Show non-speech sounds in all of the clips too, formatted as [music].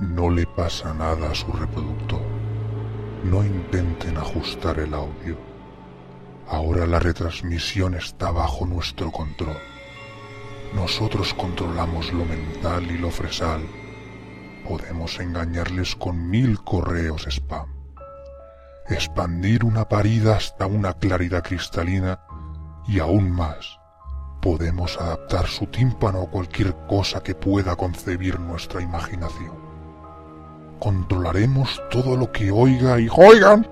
No le pasa nada a su reproductor. No intenten ajustar el audio. Ahora la retransmisión está bajo nuestro control. Nosotros controlamos lo mental y lo fresal. Podemos engañarles con mil correos spam. Expandir una parida hasta una claridad cristalina y aún más. Podemos adaptar su tímpano a cualquier cosa que pueda concebir nuestra imaginación controlaremos todo lo que oiga y oigan.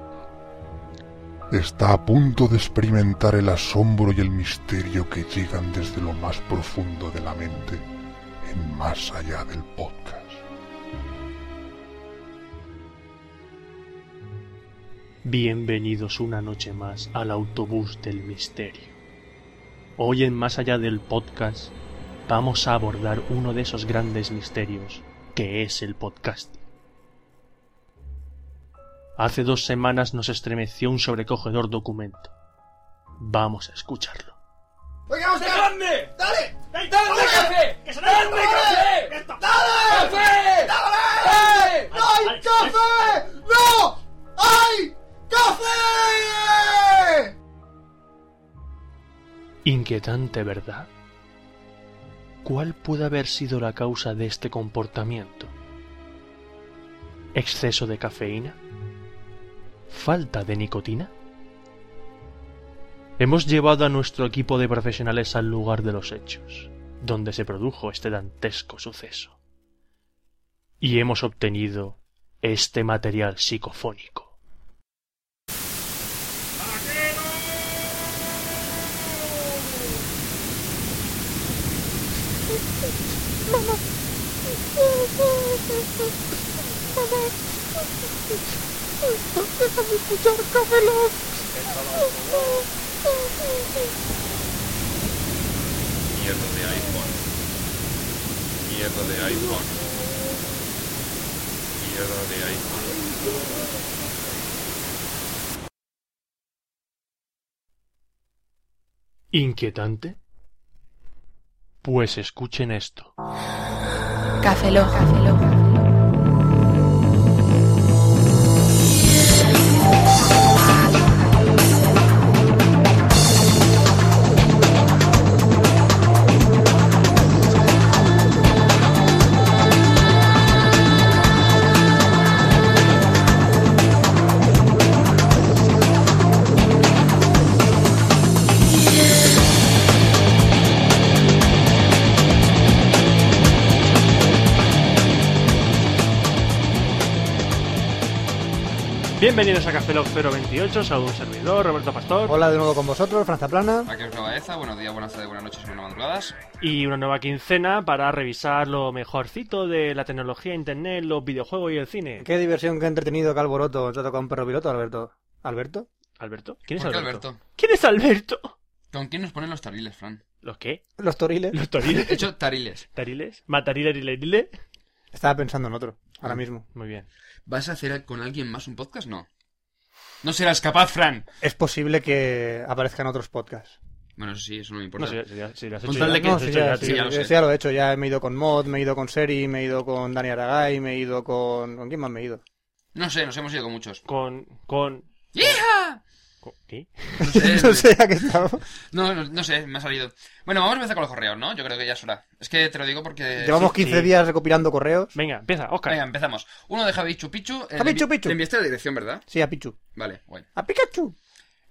Está a punto de experimentar el asombro y el misterio que llegan desde lo más profundo de la mente, en más allá del podcast. Bienvenidos una noche más al autobús del misterio. Hoy en Más allá del podcast vamos a abordar uno de esos grandes misterios que es el podcasting. Hace dos semanas nos estremeció un sobrecogedor documento. Vamos a escucharlo. ¡Venga, usted! ¡Dale! ¡Dale! ¡Dale, dale, café! ¡Que se dale, café! ¡Dale! ¡Café! ¡Dale! ¡No hay café! ¡No hay café! Inquietante, ¿verdad? ¿Cuál puede haber sido la causa de este comportamiento? ¿Exceso de cafeína? falta de nicotina? Hemos llevado a nuestro equipo de profesionales al lugar de los hechos, donde se produjo este dantesco suceso. Y hemos obtenido este material psicofónico. Déjame escuchar Café Lock. Mierda de iPhone. Mierda de iPhone. Mierda de iPhone. ¿Inquietante? Pues escuchen esto. Café Lock. Bienvenidos a Café Lock 028, saludo un servidor, Roberto Pastor, Hola de nuevo con vosotros, Franza Plana. Aquí os Baeza, buenos días, buenas tardes, buenas noches y buenas madrugadas. y una nueva quincena para revisar lo mejorcito de la tecnología, internet, los videojuegos y el cine. Qué diversión, qué entretenido, qué alboroto. Te ha tocado un perro piloto, Alberto. ¿Alberto? ¿Alberto? ¿Quién es ¿Por qué Alberto? Alberto? ¿Quién es Alberto? ¿Con quién nos ponen los tariles, Fran? ¿Los qué? Los toriles. ¿Los De [laughs] toriles? hecho, tariles. ¿Tariles? ¿Matarile, rile, rile? Estaba pensando en otro, ahora mismo. Muy bien. ¿Vas a hacer con alguien más un podcast? No. No serás capaz, Fran. Es posible que aparezcan otros podcasts. Bueno, eso sí, eso no me importa. No sé, si, si lo has Con hecho tal ya. de que- No, No, si sí, ya- ya, si sí, sí, ya- lo sí, sé. sí, ya lo he hecho. Ya me he ido con Mod, me he ido con Seri, me he ido con Dani Aragay, me he ido con... ¿Con quién más me he ido? No sé, nos hemos ido con muchos. Con... con... ¡Hija! con- ¿Qué? [laughs] No sé, [laughs] no sé a qué estaba. no, no, no sé, me ha salido. Bueno, vamos a empezar con los correos, ¿no? Yo creo que ya es hora. Es que te lo digo porque... Llevamos sí, 15 sí. días recopilando correos. Venga, empieza, Oscar. Venga, empezamos. Uno de Javi Chupichu. eh, Javi le envi- Chupichu. Le enviaste la dirección, ¿verdad? Sí, a Pichu. Vale, bueno. ¡A Pikachu!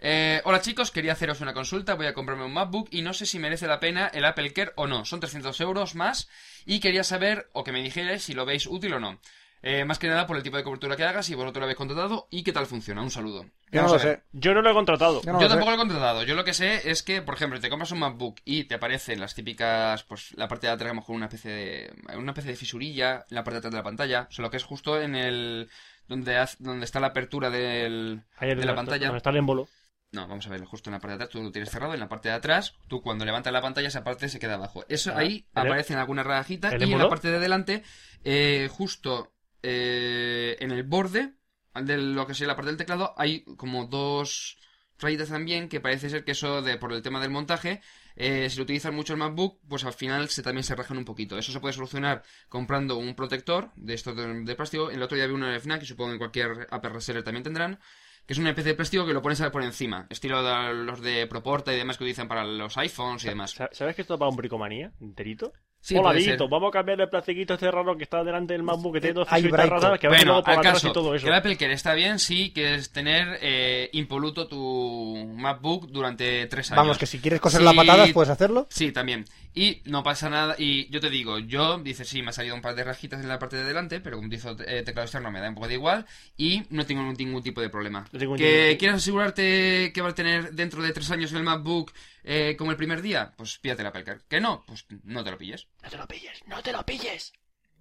Eh, hola chicos, quería haceros una consulta. Voy a comprarme un MacBook y no sé si merece la pena el Apple Care o no. Son 300 euros más y quería saber o que me dijerais si lo veis útil o no. Eh, más que nada por el tipo de cobertura que hagas, si vosotros lo habéis contratado y qué tal funciona. Un saludo. Yo Vamos no lo a ver. sé. Yo no lo he contratado. Yo no Yo lo sé. tampoco lo he contratado. Yo lo que sé es que, por ejemplo, te compras un MacBook y te aparecen las típicas, pues la parte de atrás a lo mejor una especie de una especie de fisurilla, la parte de atrás de la pantalla, o sea, lo que es justo en el donde haz- donde está la apertura del, Ahí el- de la pantalla. Donde está el émbolo. No, vamos a ver, justo en la parte de atrás tú lo tienes cerrado, en la parte de atrás, tú cuando levantas la pantalla esa parte se queda abajo. Eso Ah, ahí ¿el- aparecen algunas rajitas el y en émbolo? la parte de delante, eh, justo eh, en el borde de lo que sería la parte del teclado, hay como dos rayitas también que parece ser que eso de por el tema del montaje eh, si lo utilizan mucho el MacBook, pues al final se, también se rajan un poquito. Eso se puede solucionar comprando un protector de estos de, de plástico. El otro día vi uno en FNAC, que supongo que en cualquier Apple Reseller también tendrán, que es una especie de plástico que lo pones por encima, estilo de los de Proporta y demás que utilizan para los iPhones y demás. Sa- ¿Sabes que esto va a un bricomanía enterito? Sí, Hola, puede ser. Dieguito, vamos a cambiar el plastiquito este raro que está delante del MacBook que tiene dos Ay, cositas Brighton. raras que van bueno, por al atrás caso, y todo eso. que el Apple Care está bien, sí, que es tener eh, impoluto tu MacBook durante tres años. Vamos, que si quieres coser Sí, las patadas, puedes hacerlo. Sí, también. Y no pasa nada. Y yo te digo, yo, dice, sí, me ha salido un par de rajitas en la parte de delante, pero como utilizo eh, teclado externo me da un poco de igual. Y no tengo ningún, ningún tipo de problema. No tengo ¿Que ningún- quieres asegurarte que va a tener dentro de tres años el MacBook eh, como el primer día? Pues pídate la Apple Care. ¿Que no? Pues no te lo pilles. No te lo pilles, no te lo pilles.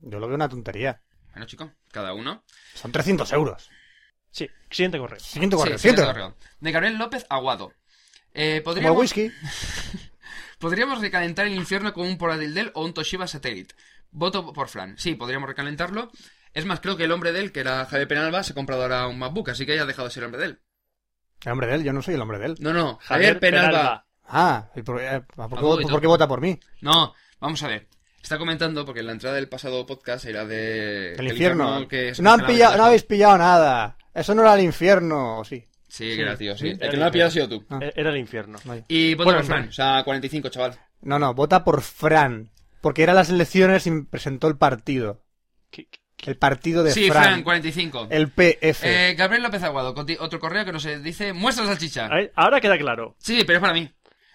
Yo lo veo una tontería. Bueno, chico, cada uno. Son 300 euros. Sí, siguiente correo. Siguiente Sí, siguiente correo, siguiente correo. correo. De Gabriel López Aguado. Eh, Como el podríamos, whisky. podríamos recalentar el infierno con un Poradil Dell o un Toshiba Satellite. Voto por Flan. Sí, podríamos recalentarlo. Es más, creo que el hombre de él, que era Javier Penalba, se ha comprado ahora un MacBook, así que ya ha dejado de ser el hombre de él. El hombre de él, yo no soy el hombre de él. No, no, Javier, Penalba. Ah, el pro- eh, ¿por, qué, Agudo y vota- todo. por qué vota por mí? No, vamos a ver. Está comentando, porque en la entrada del pasado podcast era de... El infierno. que se No, congelaba el han pillado, no teléfono. habéis pillado nada. Eso no era el infierno, ¿o sí? Sí, que era, tío, sí. Sí, El que no lo ha pillado ha sido tú. Ah. E- Era el infierno. Vaya. Y voto Bueno, por Flan. no. O sea, 45, chaval. No, no, vota por Fran. Porque era las elecciones y presentó el partido. ¿Qué- qué- El partido de Sí, Fran. Fran, 45. El PF. Eh, Gabriel López Aguado, conti- otro correo que nos eh, dice, muestra la salchicha. a ver, Ahora queda claro. Sí, pero es para mí.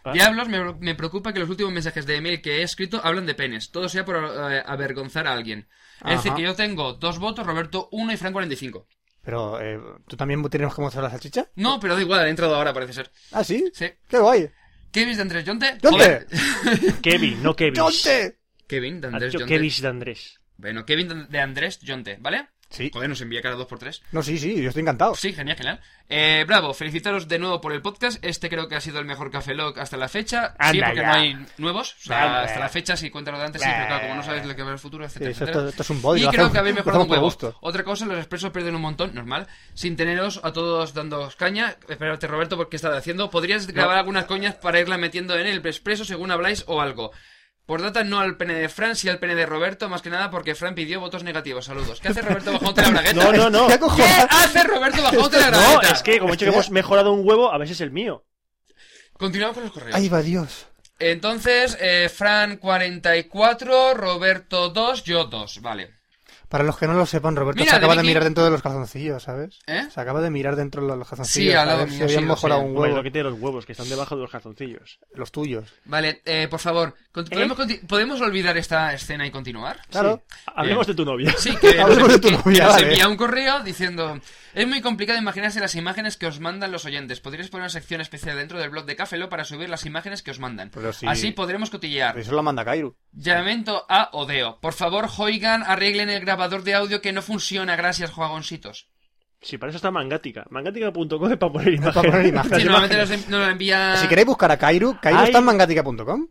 Ah. Diablos, me, me preocupa que los últimos mensajes de email que he escrito hablan de penes. Todo sea por eh, avergonzar a alguien. Es Ajá. decir, que yo tengo dos votos, Roberto 1 y Fran 45. Pero, eh, ¿tú también tenemos que mostrar la salchicha? No, pero da igual, he entrado ahora, parece ser. Ah, sí. Sí. ¡Qué guay! Kevin de Andrés Jonte. ¡Yonte! Joder. [laughs] Kevin, no Kevin. ¡Yonte! Kevin de Ha Andrés dicho Jonte. Kevin de Andrés. Bueno, Kevin de- de Andrés Jonte, ¿vale? Sí. Joder, nos envía cada dos por tres. No, sí, sí, yo estoy encantado. Sí, genial, genial. Eh, bravo, felicitaros de nuevo por el podcast. Este creo que ha sido el mejor Café Lock hasta la fecha. sí, Anda porque ya. no hay nuevos. O sea, Anda hasta ya. la fecha, si cuentan lo de antes, sí, pero claro, como no sabes lo que va el futuro, Sí, etcétera, eso- etcétera. esto, esto es un body. y lo creo hacemos- que habéis lo mejorado un hacemos por huevo. gusto. Otra cosa, los expresos pierden un montón, normal, sin teneros a todos dando caña. Espérate, Roberto, porque estás haciendo. Podrías grabar algunas coñas para irla metiendo en el expreso según habláis o algo. Por data, no al pene de Fran, sí al pene de Roberto, más que nada porque Fran pidió votos negativos. Saludos. ¿Qué hace Roberto bajo la bragueta? No, no, [laughs] no. ¿Qué ¿Qué acojonas? hace Roberto bajo la No, bragueta? es que como he dicho que hemos mejorado un huevo, a veces el mío. Continuamos con los correos. Ahí va Dios. Entonces, eh, Fran 44, Roberto 2, yo 2, vale. Para los que no lo sepan, Roberto Mira, se acaba de de, Vicky- mirar dentro de los calzoncillos, ¿sabes? ¿Eh? Se acaba de mirar dentro de los Sí, calzoncillos. al lado a ver si mío, sí, habían lo mejorado sé. un Hombre, huevo. lo que tiene los huevos, que están debajo de los calzoncillos. Los tuyos. Vale, eh, por favor, con- ¿podemos, conti- podemos olvidar esta escena y continuar? Claro. Hablemos de tu novia. [laughs] Sí, que nos, Hablemos de tu que- novia, que nos vale. envía un correo diciendo Es muy complicado imaginarse las imágenes que os mandan los oyentes. Podríais poner una sección especial dentro del blog de Cafelo para subir las imágenes que os mandan. Pero Pues sí. Pues Así pues, podremos cotillear. Eso lo manda Kairu. Llamamiento a Odeo. Por favor, Hoigan, arreglen el grabador de audio que no funciona. Gracias, juagoncitos. Sí, para eso está Mangática. Mangática.com es para poner imágenes. para poner imágenes. Pues Las Sí, normalmente imágenes. nos, en- nos lo envía... Si queréis buscar a Kairu, Kairu Ay. está en mangatica.com.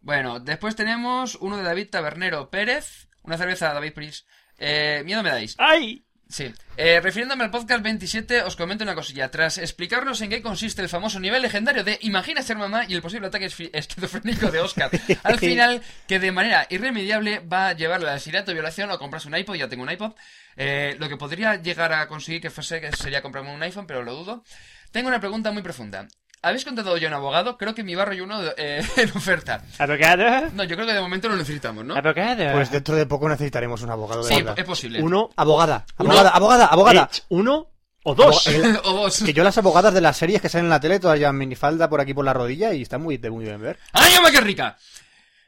Bueno, después tenemos uno de David Tabernero Pérez. Una cerveza, David Pérez. Eh, miedo me dais. ¡Ay! Sí. Eh, refiriéndome al podcast 27, os comento una cosilla. Tras explicarnos en qué consiste el famoso nivel legendario de Imagina ser mamá y el posible ataque esfi- esquizofrénico de Oscar, al final, que de manera irremediable va a llevarle al asesinato, violación o comprarse un iPod, ya tengo un iPod, eh, lo que podría llegar a conseguir que fuese que sería comprarme un iPhone, pero lo dudo. Tengo una pregunta muy profunda. ¿Habéis contratado ya un abogado? Creo que en mi barrio hay uno eh, [laughs] en oferta. ¿Abogado? No, yo creo que de momento no lo necesitamos, ¿no? ¿Abogado? Pues dentro de poco necesitaremos un abogado de Sí, eh, verdad. es posible. Uno, Abogada, Uno. abogada, abogada, abogada. Edge, uno o dos. Aboga- el- [laughs] o dos. que yo las abogadas de las series que salen en la tele todas llevan minifalda por aquí por la rodilla y está muy de muy bien ver. ¡Ay, hombre, qué rica!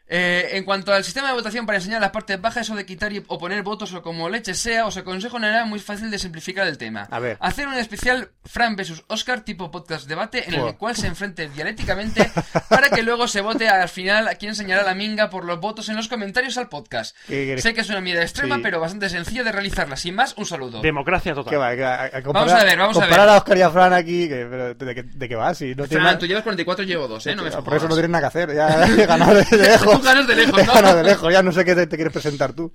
Eh, en cuanto al sistema de votación para enseñar las partes bajas, eso de quitar y, o poner votos o como leche sea, os aconsejo una manera muy fácil de simplificar el tema. A ver. Hacer un especial Fran vs. Oscar tipo podcast debate en el Buah. cual se enfrente dialécticamente [laughs] para que luego se vote al final a quien señala la minga por los votos en los comentarios al podcast. ¿Qué quieres? Sé que es una medida extrema, Sí. pero bastante sencilla de realizarla. Sin más, un saludo. Democracia total. ¿Qué va? que a- a comparar, Vamos a ver, vamos a comparar ver. a Oscar y a Fran aquí, que, pero ¿de, qué- de qué va? Si no tiene Fran, nada- tú llevas 44, llevo 2, ¿eh? No me por eso no jodas. tienes nada que hacer. Ya [laughs] he ganado [laughs] de lejos. Tú ganas de lejos, He ¿no? ganado de lejos. Ya no sé qué te, te quieres presentar tú.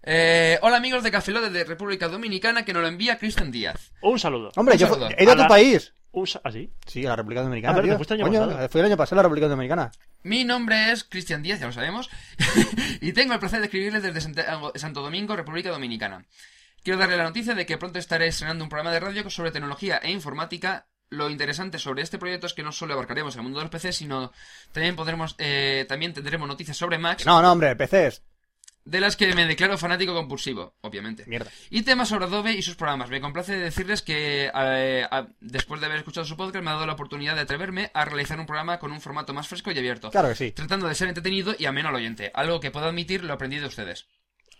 Eh, hola amigos de Cafeló de República Dominicana que nos lo envía Cristian Díaz. Un saludo. Hombre, Un yo saludo. he ido a A tu la- país. Un sa- ¿Ah, ¿Así? Sí, a la República Dominicana. Ah, pero tío. te fuiste el año Coño, pasado. fui el año pasado a la República Dominicana. Mi nombre es Cristian Díaz, ya lo sabemos, [laughs] y tengo el placer de escribirles desde Santiago- Santo Domingo, República Dominicana. Quiero darle la noticia de que pronto estaré estrenando un programa de radio sobre tecnología e informática. Lo interesante sobre este proyecto es que no solo abarcaremos el mundo de los PCs, sino también podremos, eh, también tendremos noticias sobre Max, No, no, hombre, PCs. de las que me declaro fanático compulsivo, obviamente. Mierda. Y temas sobre Adobe y sus programas. Me complace decirles que eh, a- después de haber escuchado su podcast me ha dado la oportunidad de atreverme a realizar un programa con un formato más fresco y abierto. Claro que sí. Tratando de ser entretenido y ameno al oyente. Algo que puedo admitir lo aprendí de ustedes.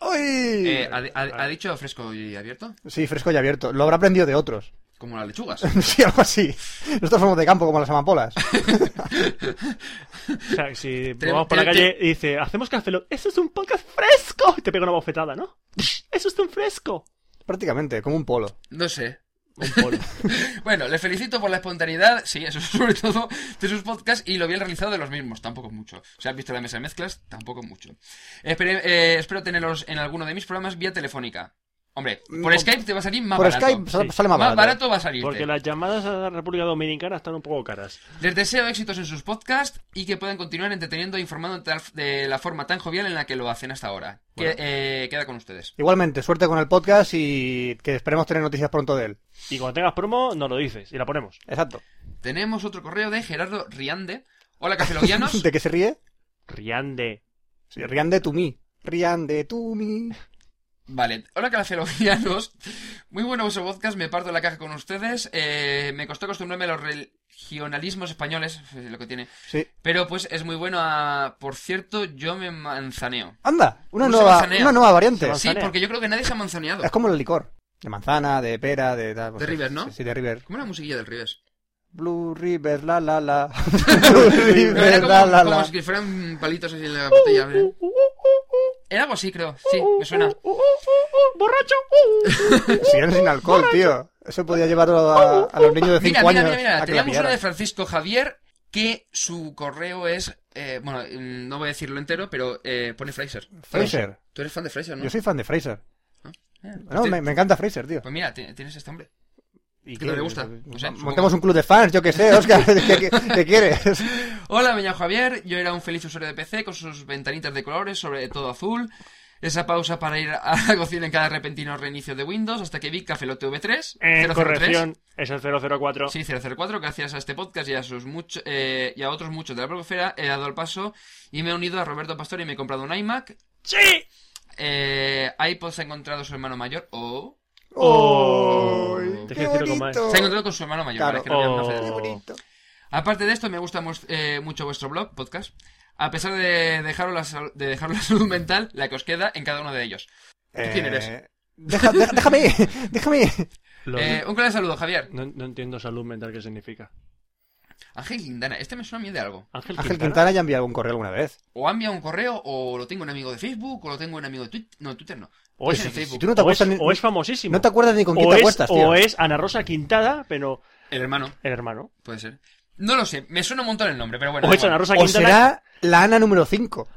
¡Uy! Eh, ¿ha, ha- ha dicho fresco y abierto? Sí, fresco y abierto. Lo habrá aprendido de otros. [laughs] Como las lechugas. sí, algo así. Nosotros somos de campo como [laughs] las amapolas. O sea, si Te- vamos por la te- calle y dice, hacemos café, Lock". eso es un podcast fresco. Y te pega una bofetada, ¿no? Eso es un fresco. Prácticamente, como un polo. No sé. Un polo. [laughs] Bueno, les felicito por la espontaneidad, sí, eso sobre todo, de sus podcasts y lo bien realizado de los mismos, tampoco mucho. Si has visto la mesa de mezclas, tampoco mucho. Espere- eh, espero tenerlos en alguno de mis programas vía telefónica. Hombre, por Mm, Skype te va a salir más Por barato. Skype sal- sí. sale más más barato. barato va a salir. Porque las llamadas a la República Dominicana están un poco caras. Les deseo éxitos en sus podcasts y que puedan continuar entreteniendo e informando tal- de la forma tan jovial en la que lo hacen hasta ahora. Que- eh, queda con ustedes. Igualmente, suerte con el podcast y que esperemos tener noticias pronto de él. Y cuando tengas promo, nos lo dices y la ponemos. Exacto. Tenemos otro correo de Gerardo Riande. Hola, cafeloguianos. [laughs] [laughs] ¿De qué se ríe? Riande. Sí, rían de tu mí. Rían de tu mí. Vale, hola calafelogianos. Muy bueno vuestro podcast, me parto la caja con ustedes. Eh, me costó acostumbrarme a los regionalismos españoles, es lo que tiene. Sí. Pero pues es muy bueno a... Por cierto, yo me manzaneo. Anda, una Un nueva, sabanzaneo. una nueva variante. Sabanzaneo. Sí, Manzanea. porque yo creo que nadie se ha manzaneado. Es como el licor. De manzana, de pera, de... tal, pues, River, ¿no? Sí, sí, de River. Como la musiquilla del Rivers. Blue River, la [laughs] la la. Blue Pero era River, como, la la como la. si fueran palitos así en la botella. ¿eh? Era algo así, creo. Sí, me suena. ¡Borracho! Siguen sin alcohol, tío. Eso podía llevarlo a, a los niños de Mira, 5 mira, mira, años mira. a que la Teníamos uno de pillaran. Francisco Javier que su correo es... eh, bueno, mm, no voy a decirlo entero, pero eh, pone Fraser. Fraser. Tú eres fan de Fraser, ¿no? Yo soy fan de Fraser. Eh, pues No, te- me, me encanta Fraser, tío. Pues mira, ti- tienes este hombre. ¿Y que no le gusta, no sé, Montemos supongo. un club de fans, yo que [laughs] sé, Oscar. ¿Qué, qué- qué quieres? Hola, me llamo Javier. Yo era un feliz usuario de PC con sus ventanitas de colores, sobre todo azul. Esa pausa para ir a la cocina en cada repentino reinicio de Windows hasta que vi Cafelot TV3. En 003. corrección, es el 004. Sí, 004, gracias a este podcast y a, sus mucho- eh, y a otros muchos de la blogosfera he dado el paso y me he unido a Roberto Pastor y me he comprado un iMac. ¡Sí! Eh, iPod se ha encontrado su hermano mayor. Oh. ¡Oh! Te ¡Qué quiero decir algo más. bonito! Se ha encontrado con su hermano mayor. Claro. vale, que no había una Oh. fe de- Qué bonito. Aparte de esto, me gusta mus- eh, mucho vuestro blog, podcast. A pesar de dejaros, la sal- de dejaros la [laughs] salud mental, la que os queda en cada uno de ellos. Eh, quién eres? deja- deja- déjame, [laughs] déjame. Lo- Eh, un gran saludo, Javier. no, no entiendo salud mental qué significa. Ángel Quintana, este me suena a mí de algo. Ángel, Ángel Quintana. Quintana ya envió algún correo alguna vez. O ha enviado un correo, o lo tengo un amigo de Facebook, o lo tengo un amigo de Twitter. No, Twitter no. O Es es, en Facebook. Tú no te o es- acuerdas ni- o es famosísimo. No te acuerdas ni con quién o, te es, acuestas, tío. o es Ana Rosa Quintana, pero El hermano, el hermano. puede ser. No lo sé, me suena un montón el nombre, pero bueno. o da es Ana igual. Rosa O Quintana. será la Ana número 5.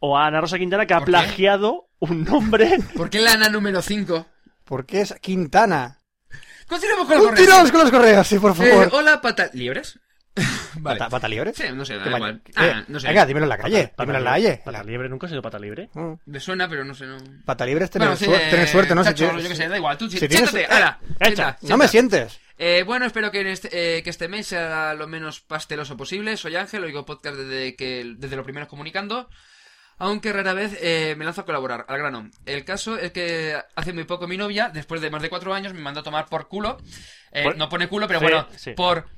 O a Ana Rosa Quintana que ha ¿Por qué? plagiado un nombre. [laughs] ¿Por qué la Ana número 5? Porque es Quintana. Continuemos con el correo. Continuamos con los correos, sí, por Eh, favor. oh, hola, pata... [laughs] ¿Libres? vale. ¿Pata, pata liebre? Sí, no sé, da ¿Qué igual. pata- Ah, eh, no sé. Venga, dímelo en la calle. Pata dímelo en la libre. calle. Pata libre, nunca ha sido pata libre. Mm. Me suena, pero no sé, no... Pata liebre es tener, Bueno, sí, suer- eh, tener suerte, ¿no? Si chacho, tienes- yo que sé, da igual. Tú si si- tienes- siéntate, eh, ala, echa. sienta, No me sienta. sientes. Eh, bueno, espero que, en este, eh, que este mes sea lo menos pasteloso posible. Soy Ángel, oigo podcast desde, que, desde los primeros comunicando. Aunque rara vez eh, me lanzo a colaborar, al grano. El caso es que hace muy poco mi novia, después de más de cuatro años, me mandó a tomar por culo. Eh, Por- no pone culo, pero Sí, bueno, sí. por...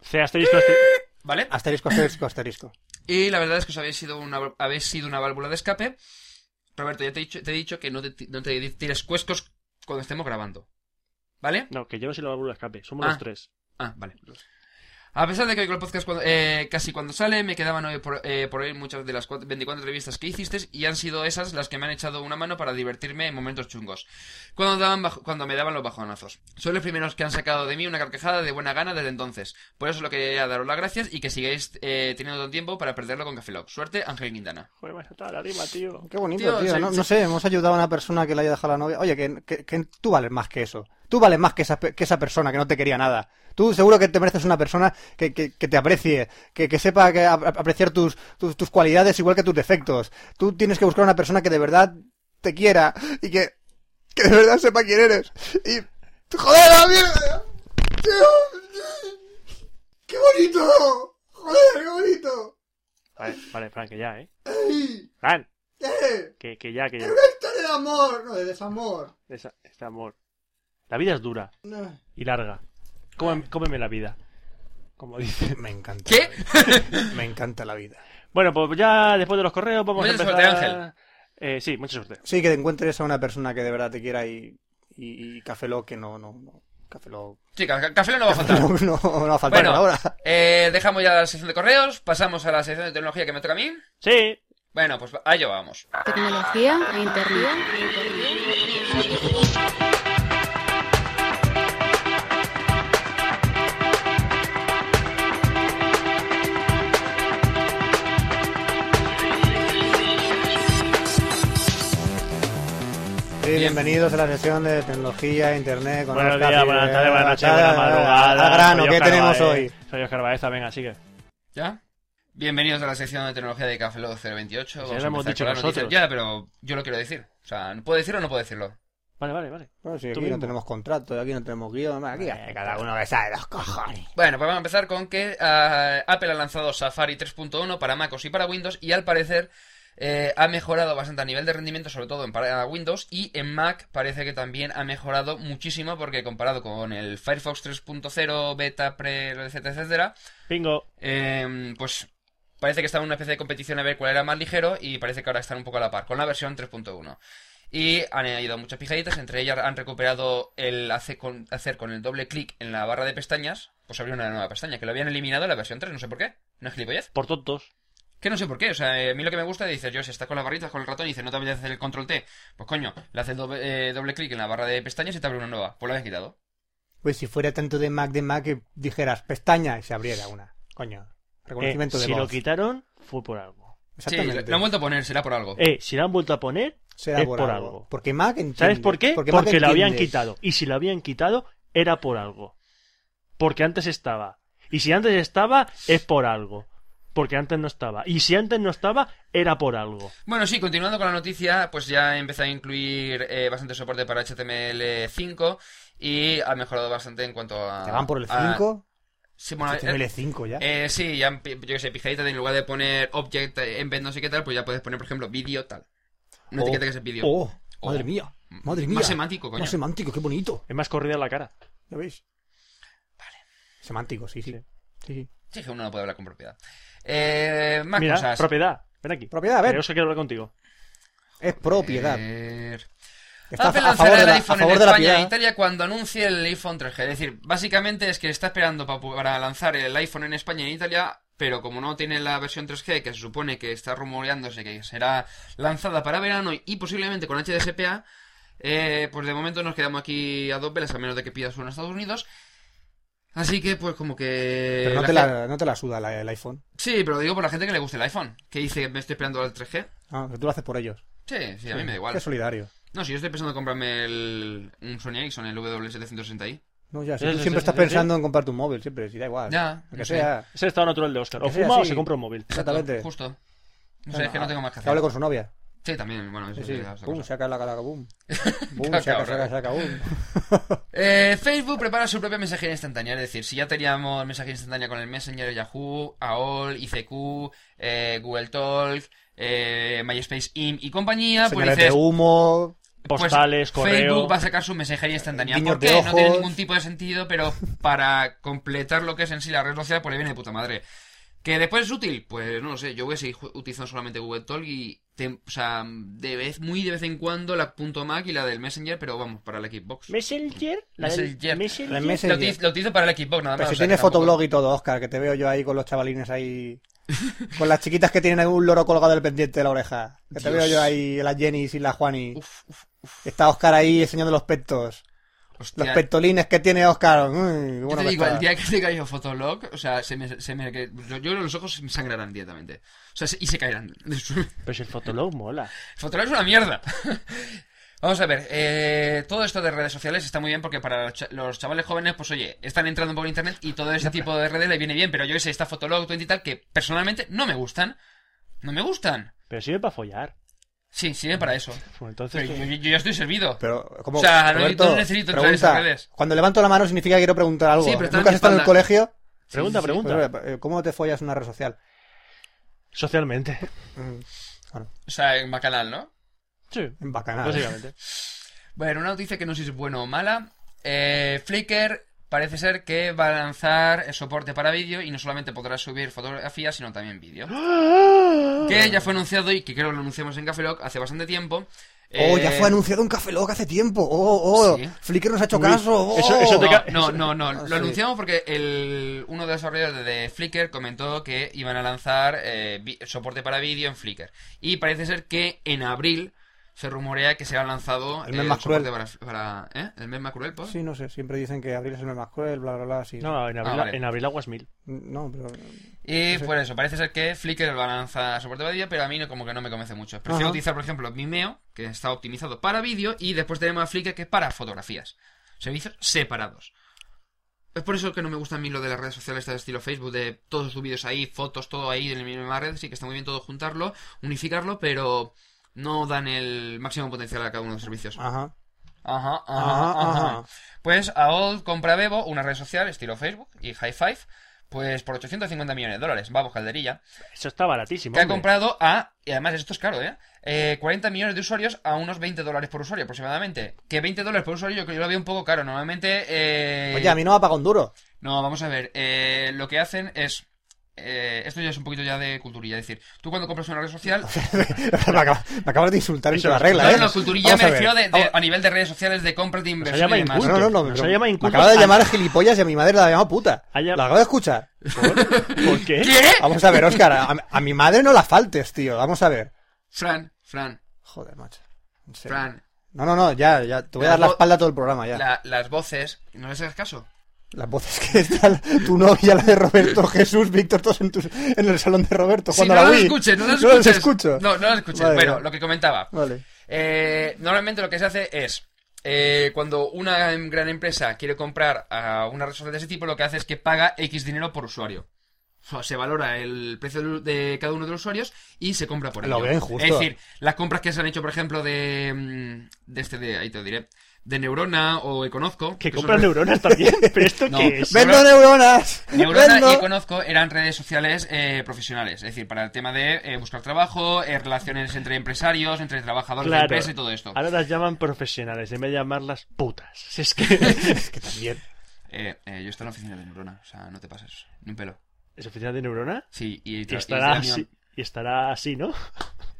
C asterisco, asterisco. ¿Vale? Asterisco, asterisco, asterisco. Y la verdad es que os habéis sido una, habéis sido una válvula de escape. Roberto, ya te he dicho, te he dicho que no te, ti- no te tires cuescos cuando estemos grabando. ¿Vale? No, que yo no soy la válvula de escape. Somos Ah. los tres. Ah, vale. A pesar de que oigo el podcast cuando- eh, casi cuando sale, me quedaban hoy por, eh, por oír muchas de las cuat- 24 entrevistas que hiciste y han sido esas las que me han echado una mano para divertirme en momentos chungos, cuando, daban baj- cuando me daban los bajonazos. Sois los primeros que han sacado de mí una carcajada de buena gana desde entonces. Por eso lo quería daros las gracias y que sigáis eh, teniendo tanto tiempo para perderlo con Café Lock. Suerte, Ángel Quintana. Joder, me ha saltado la rima, tío. Qué bonito, Tío, tío. se- no, se- no sé, hemos ayudado a una persona que le haya dejado la novia. Oye, que, que- que tú vales más que eso. Tú Tú vales más que esa, pe- que esa persona que no te quería nada. Tú seguro que te mereces una persona que, que- que te aprecie, que, que sepa que a- apreciar tus, tus, tus cualidades igual que tus defectos. Tú tienes que buscar una persona que de verdad te quiera y que, que de verdad sepa quién eres. Y... ¡Joder, la mierda! ¡Qué bonito! ¡Joder, qué bonito! Vale, vale, Fran, que ya, ¿eh? ¡Ey! Fran, ¡Eh! que, que ya, que ya. ¡Es una historia de amor! No, de desamor. Esa- este amor. La vida es dura No. y larga. Cómeme, cómeme la vida. Como dice. [laughs] Me encanta. ¿Qué? Me encanta la vida. Bueno, pues ya después de los correos vamos Mucha a suerte, empezar. Ángel. Eh, sí, mucha suerte. Sí, que te encuentres a una persona que de verdad te quiera y, y, y Café Lock que no, no, no. Café Lock Chicas, ca- café no va a faltar. [laughs] no, no, no va a faltar Bueno, ahora. eh, dejamos ya la sección de correos, pasamos a la sección de tecnología que me toca a mí. Sí, Bueno, pues a ello vamos. Tecnología e internet. Sí, bienvenidos a la sesión de tecnología, internet, con buenos Oscar días, buenas Rivera, tardes, buenas noches, buenas madrugadas. Ah, Al grano, Soy ¿qué Óscar tenemos hoy? Baeza. Soy Oscar Baeza, venga, sigue. ¿Ya? Bienvenidos a la sección de tecnología de Café Lock 028. Ya Vamos lo a hemos empezar dicho con las nosotros. noticias. Ya, pero yo lo quiero decir. O sea, ¿puedo decirlo o no puedo decirlo? Vale, vale, vale. Bueno, si Tú aquí mismo. no tenemos contrato, aquí no tenemos guión, nada, aquí hace cada uno que sabe los cojones. Bueno, pues vamos a empezar con que ah, Apple ha lanzado Safari 3.1 para MacOS y para Windows y al parecer eh, ha mejorado bastante a nivel de rendimiento, sobre todo en para Windows y en Mac parece que también ha mejorado muchísimo porque comparado con el Firefox 3.0, beta, pre, etcétera, etcétera, Pingo. eh, pues parece que estaba en una especie de competición a ver cuál era más ligero y parece que ahora están un poco a la par con la versión 3.1. Y han añadido muchas pijaditas, entre ellas han recuperado el hace con- hacer con el doble clic en la barra de pestañas, pues abrir una nueva pestaña, que lo habían eliminado en la versión 3, no sé por qué. ¿No es gilipollez? Por tontos. eh, Que no sé por qué, o sea, eh, a mí lo que me gusta dices, yo si estás con las barritas, con el ratón y dices, no te apetece hacer el control T, pues coño, le haces doble, eh, doble clic en la barra de pestañas y te abre una nueva, pues lo habían quitado. Pues si fuera tanto de Mac de Mac que dijeras pestaña y se abriera una. Coño, reconocimiento Eh, de si voz. lo quitaron, fue por algo. Sí, lo Exactamente. lo han vuelto a poner, será por algo. Eh, si la han vuelto a poner, Será es por, por algo. algo. Porque Mac entiende. ¿Sabes por qué? Porque, Porque, Mac lo habían entiende. quitado. Y si lo habían quitado, era por algo. Porque antes estaba. Y si antes estaba, es por algo. Porque antes no estaba. Y si antes no estaba, era por algo. Bueno, sí, continuando con la noticia, pues ya empezó a incluir eh, bastante soporte para HTML5 y ha mejorado bastante en cuanto a... ¿Te van por el a- 5? sí, bueno, eh, HTML5 ya. Ah, eh, sí, ya, yo qué sé, pijadita, en lugar de poner object, eh, embed, no sé qué tal, pues ya puedes poner, por ejemplo, vídeo tal. Una Oh. etiqueta que es vídeo. Oh, Oh. madre mía. Madre mía. Más semántico, coño. Más semántico, qué bonito. Es más corrida la cara. ¿Ya veis? Vale. Semántico, sí, sí. Sí. sí, sí. Sí, que uno no puede hablar con propiedad. Eh, más Mira, cosas. propiedad. Ven aquí. Propiedad, a ver. Creo que quiero hablar contigo. Es propiedad. Eh, Está a, Apple a favor lanzará de el la, a iPhone en favor de la España e piedad. Italia cuando anuncie el iPhone 3G. Es decir, básicamente es que está esperando pa- para lanzar el iPhone en España y en Italia, pero como no tiene la versión 3G, que se supone que está rumoreándose que será lanzada para verano y, y posiblemente con HDSPA, eh, pues de momento nos quedamos aquí a dos velas, a menos de que pidas uno en Estados Unidos. Así que, pues como que... Pero no la te, gen- la, no te la suda la- el iPhone. Sí, pero digo por la gente que le guste el iPhone, que dice me estoy esperando al 3G. Ah, que tú lo haces por ellos. Sí, sí, a mí me da Qué igual. solidario. No, si yo estoy pensando en comprarme el, un Sony Ericsson, el W760i. No, ya, si Sí, tú sí, siempre sí, estás sí, sí. pensando en comprar tu móvil, siempre, si da igual. Ya, Lo no que sé. sea. Ese estado natural de Oscar. O Que sea fuma o así. se compra un móvil. Exacto, Exactamente. Ah, Justo. No sé, es que no tengo más que Que hable hacer. con su novia. Sí, también, bueno, eso Sí, es sí. otra Boom, cosa. saca la cara, boom. Boom, Caca, saca, horror. saca, saca, boom. Eh, Facebook prepara su propia mensajería instantánea, es decir, si ya teníamos mensajería instantánea con el Messenger, Yahoo, AOL, ICQ, eh, Google Talk, eh, MySpace, IM y compañía, pues Señales de dices, humo. pues, Postales, correo. Facebook va a sacar su mensajería instantánea. Guiños ¿Por de qué? No tiene ojos. ningún tipo de sentido, pero para completar lo que es en sí la red social, pues le viene de puta madre. ¿Que después es útil? Pues no lo sé, yo voy a seguir ju- utilizando solamente Google Talk y, te- o sea, de vez, muy de vez en cuando la punto .mac y la del Messenger, pero vamos, para la Xbox. Messenger. La del- Messenger. La Messenger. Messenger. Lo utilizo, lo utilizo para Ah, la Xbox nada más. o Pero si sea, que tienes tampoco- fotoblog y todo, Oscar, que te veo yo ahí con los [laughs] chavalines ahí. Con las chiquitas que tienen un loro colgado del pendiente de la oreja. Que te Dios. veo yo ahí, la Jenny y la Juani. Uf, uf, Está Oscar ahí enseñando los pectos. Los hostia. pectolines que tiene Oscar. Mm, qué Yo bueno te que digo, está. el día que te caiga yo Fotolog, o sea, se me, se me, que- yo, yo los ojos se me sangrarán directamente. [laughs] O sea, se- y se caerán. [laughs] Pero si el Fotolog mola. Fotolog es una mierda. [laughs] Vamos a ver, eh, todo esto de redes sociales está muy bien porque para los cha- los chavales jóvenes, pues oye, están entrando un poco en internet y todo ese tipo de redes les viene bien, pero yo que sé, está Fotolog, Twenty y tal, que personalmente no me gustan. No me gustan. Pero sirve para follar. Sí, sirve para eso. Pues entonces, Pero yo, yo- yo ya estoy servido. Pero, como O sea, no- no necesito entrar en esas redes. Cuando levanto la mano significa que quiero preguntar algo. Sí, pero está ¿Nunca en has mi estado en el espalda. colegio? pregunta, sí, sí, pregunta. Pues, eh, ¿Cómo te follas una red social? Socialmente. Mm, O sea, en Bacanal, ¿no? Sí, En bacanal. Ah. básicamente. Bueno, una noticia que no sé si es buena o mala. Eh, Flickr parece ser que va a lanzar el soporte para vídeo y no solamente podrás subir fotografías, sino también vídeo. Ah. Que ya fue anunciado y que creo que lo anunciamos en Café Lock hace bastante tiempo. Oh, Eh, ya fue anunciado un Café Lock hace tiempo. Oh, oh, Sí. Flickr nos ha hecho caso. Oh. Eso- eso te ca- No, no, no, no, [laughs] Ah, Lo sí. anunciamos porque el, uno de los desarrolladores de Flickr comentó que iban a lanzar eh, vi- soporte para vídeo en Flickr. Y parece ser que en abril se rumorea que se ha lanzado El mes eh, más cruel. soporte para, para- ¿eh? El mes más cruel, ¿por? Sí, no sé, siempre dicen que abril es el mes más cruel, bla, bla, bla, sí. No, en abril, Ah, vale. en abril aguas mil. No, pero... Y por eso, parece ser que Flickr va a lanzar soporte para vídeo, pero a mí no, como que no me convence mucho. Prefiero Ajá. utilizar, por ejemplo, Vimeo, que está optimizado para vídeo, y después tenemos a Flickr, que es para fotografías. Servicios separados. Es por eso que no me gusta a mí lo de las redes sociales de estilo Facebook, de todos tus vídeos ahí, fotos, todo ahí en la misma red. Sí que está muy bien todo juntarlo, unificarlo, pero no dan el máximo potencial a cada uno de los servicios. Ajá, Ajá, ajá, ajá, ajá. Ah. ajá. Pues AOL compra Bebo, una red social estilo Facebook y High Five, pues por 850 millones de dólares. Vamos, calderilla. Eso está baratísimo. Que ha hombre. comprado a, y además esto es caro, ¿eh? Eh, 40 millones de usuarios a unos 20 dólares por usuario aproximadamente. Que 20 dólares por usuario yo, creo- yo lo veo un poco caro. Normalmente... Eh... Oye, a mí no me ha pagado un duro. No, vamos a ver. eh, lo que hacen es... eh, esto ya es un poquito ya de culturilla. Es decir, tú cuando compras una red [laughs] social... [laughs] me, acaba- me acabas de insultar en Eso toda es- regla, No, ¿eh? no, culturilla Vamos me a ver, refiero de- de- vamos- a nivel de redes sociales, de compras, de Nos inversión llama y demás. inculto. No, no, no, Nos pero ha llamado me incultos acaba de a- llamar a gilipollas y a mi madre la ha llamado puta. Ah, Ha llam- La acabo de escuchar. ¿Por, por [laughs] qué? Vamos a ver, Óscar, a, a mi madre no la faltes, tío. Vamos a ver. Fran, Fran, Joder, macho. En serio. Fran, No, no, no, ya, ya. Te voy a dar la Las vo- espalda a todo el programa, ya. la- las voces, ¿no les hagas caso? Las voces que están tu novia, la [laughs] de Roberto, Jesús, Víctor, todos en, tus- en el salón de Roberto. Sí, cuando no la las vi. escuches, no las [laughs] No las escuches. escucho. No, no las escuches. Vale, bueno, vale. lo que comentaba. Vale. Eh, normalmente lo que se hace es, eh, cuando una em- gran empresa quiere comprar a una red social de ese tipo, lo que hace es que paga X dinero por usuario. O sea, se valora el precio del- de cada uno de los usuarios y se compra por Lo ello. veo injusto. Es decir, las compras que se han hecho, por ejemplo, de, mm, de este, de, ahí te lo diré, de Neurona o Econozco. Que son compras redes- neuronas también. [laughs] ¿Pero esto No. qué es? Ve- ¡Vendo neuronas! Neurona ¡Vendo! y Conozco eran redes sociales eh, profesionales, es decir, para el tema de eh, buscar trabajo, eh, relaciones entre empresarios, entre trabajadores de Claro. Ah. empresa y todo esto. Ahora las llaman profesionales en vez de llamarlas putas. [laughs] Si Es que. Que también. Eh, eh, yo estoy en la oficina de Neurona, o sea, no te pases, ni un pelo. ¿Es oficina de neurona? Sí, y, Y tra- y estará es de la así. misma- Y estará así, ¿no? [laughs]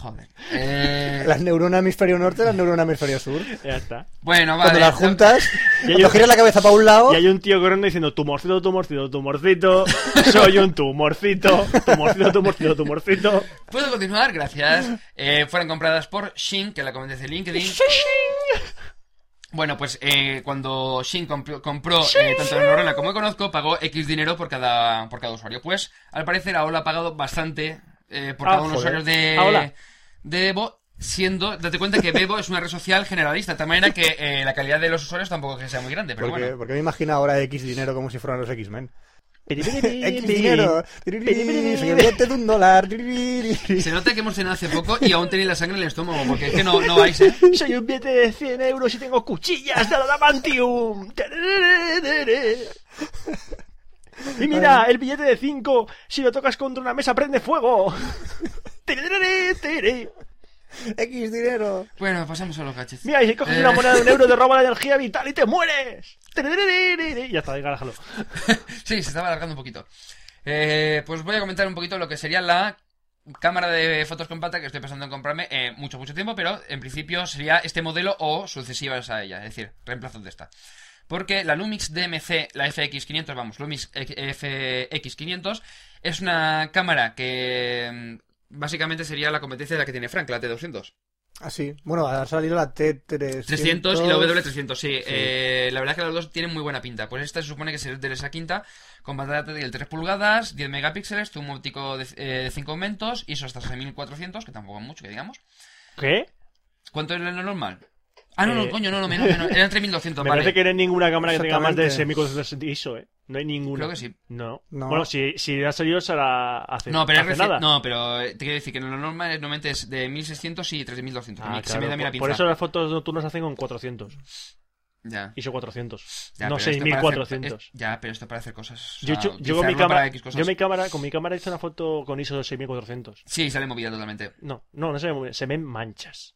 Joder. Eh, Las neuronas hemisferio norte, las neuronas hemisferio sur. Ya está. bueno, vale. Cuando [laughs] las juntas, Y hay cuando un- giras la cabeza para un lado, Y hay un tío corriendo diciendo tumorcito, tumorcito, tumorcito. [laughs] Soy un tumorcito. Tumorcito, tumorcito, tumorcito. Puedo continuar, gracias. Eh, fueron compradas por Shin, que la comenté de [laughs] LinkedIn. Bueno, pues eh, cuando Shin compró, compró, eh, tanto Neurona como Conozco, pagó X dinero por cada, por cada usuario. Pues, al parecer, Aola ha pagado bastante eh, por Ah, cada uno de los joder. usuarios de, Aola. de Bebo, siendo, date cuenta que Bebo es una red social generalista, de tal manera que eh, la calidad de los usuarios tampoco es que sea muy grande, pero porque, bueno. porque me imagino ahora X dinero como si fueran los X-Men. X dinero, dinero. señorita de un dólar. Se nota que hemos cenado hace poco y aún tenéis la sangre en el estómago, porque es que no, no vais, ¿eh? Soy un billete de 100 euros y tengo cuchillas de adamantium. Tararararara. Y mira, el billete de 5, si lo tocas contra una mesa prende fuego. Tararararara, tararara. X dinero. Bueno, pasamos a los gadgets. Mira, y si coges Eh, una moneda de un euro, te roba la energía vital y te mueres. Tararararara. Y Ya está, venga, déjalo. Sí, se estaba alargando un poquito. Eh, pues voy a comentar un poquito lo que sería la cámara de fotos compacta que estoy pensando en comprarme eh, mucho, mucho tiempo, pero en principio sería este modelo o sucesivas a ella, es decir, reemplazos de esta. Porque la Lumix DMC, la FX500, vamos, Lumix FX500, es una cámara que mm, básicamente sería la competencia de la que tiene Frank, la T200. Así. Ah, Bueno, ha salido la T300. 300 y la W300, sí. Eh, la verdad es que las dos tienen muy buena pinta. Pues esta se supone que es de esa quinta, con pantalla de 3 pulgadas, 10 megapíxeles, zoom óptico de, eh, de 5 aumentos, ISO hasta 6400, que tampoco es mucho, que digamos. ¿Qué? ¿Cuánto era lo normal? Ah, no, no, Eh. coño, no, no, menos, menos. Eran [laughs] 3200, Me vale. parece que no hay ninguna cámara que tenga más de Exactamente. 6.400 ISO, ¿eh? No hay ninguna. Creo que sí. No. No. Bueno, si, si ha salido será hace, No, pero es hace reci- nada. No, pero eh, te quiero decir que lo normal es- normalmente es de 1600 y 3200. Ah, que se me claro, da a mí la por- pinza. por eso las fotos nocturnas hacen con 400. Ya. ISO 400. Ya, no pero esto para 6.400. hacer- es- ya, pero esto para hacer cosas. o Yo, sea, yo- yo con mi utilizarlo para cámara, X cosas. yo mi cámara, con mi cámara hice una foto con ISO de 6400. Sí, sale movida totalmente. No, no, no se ve muy bien, se ven manchas.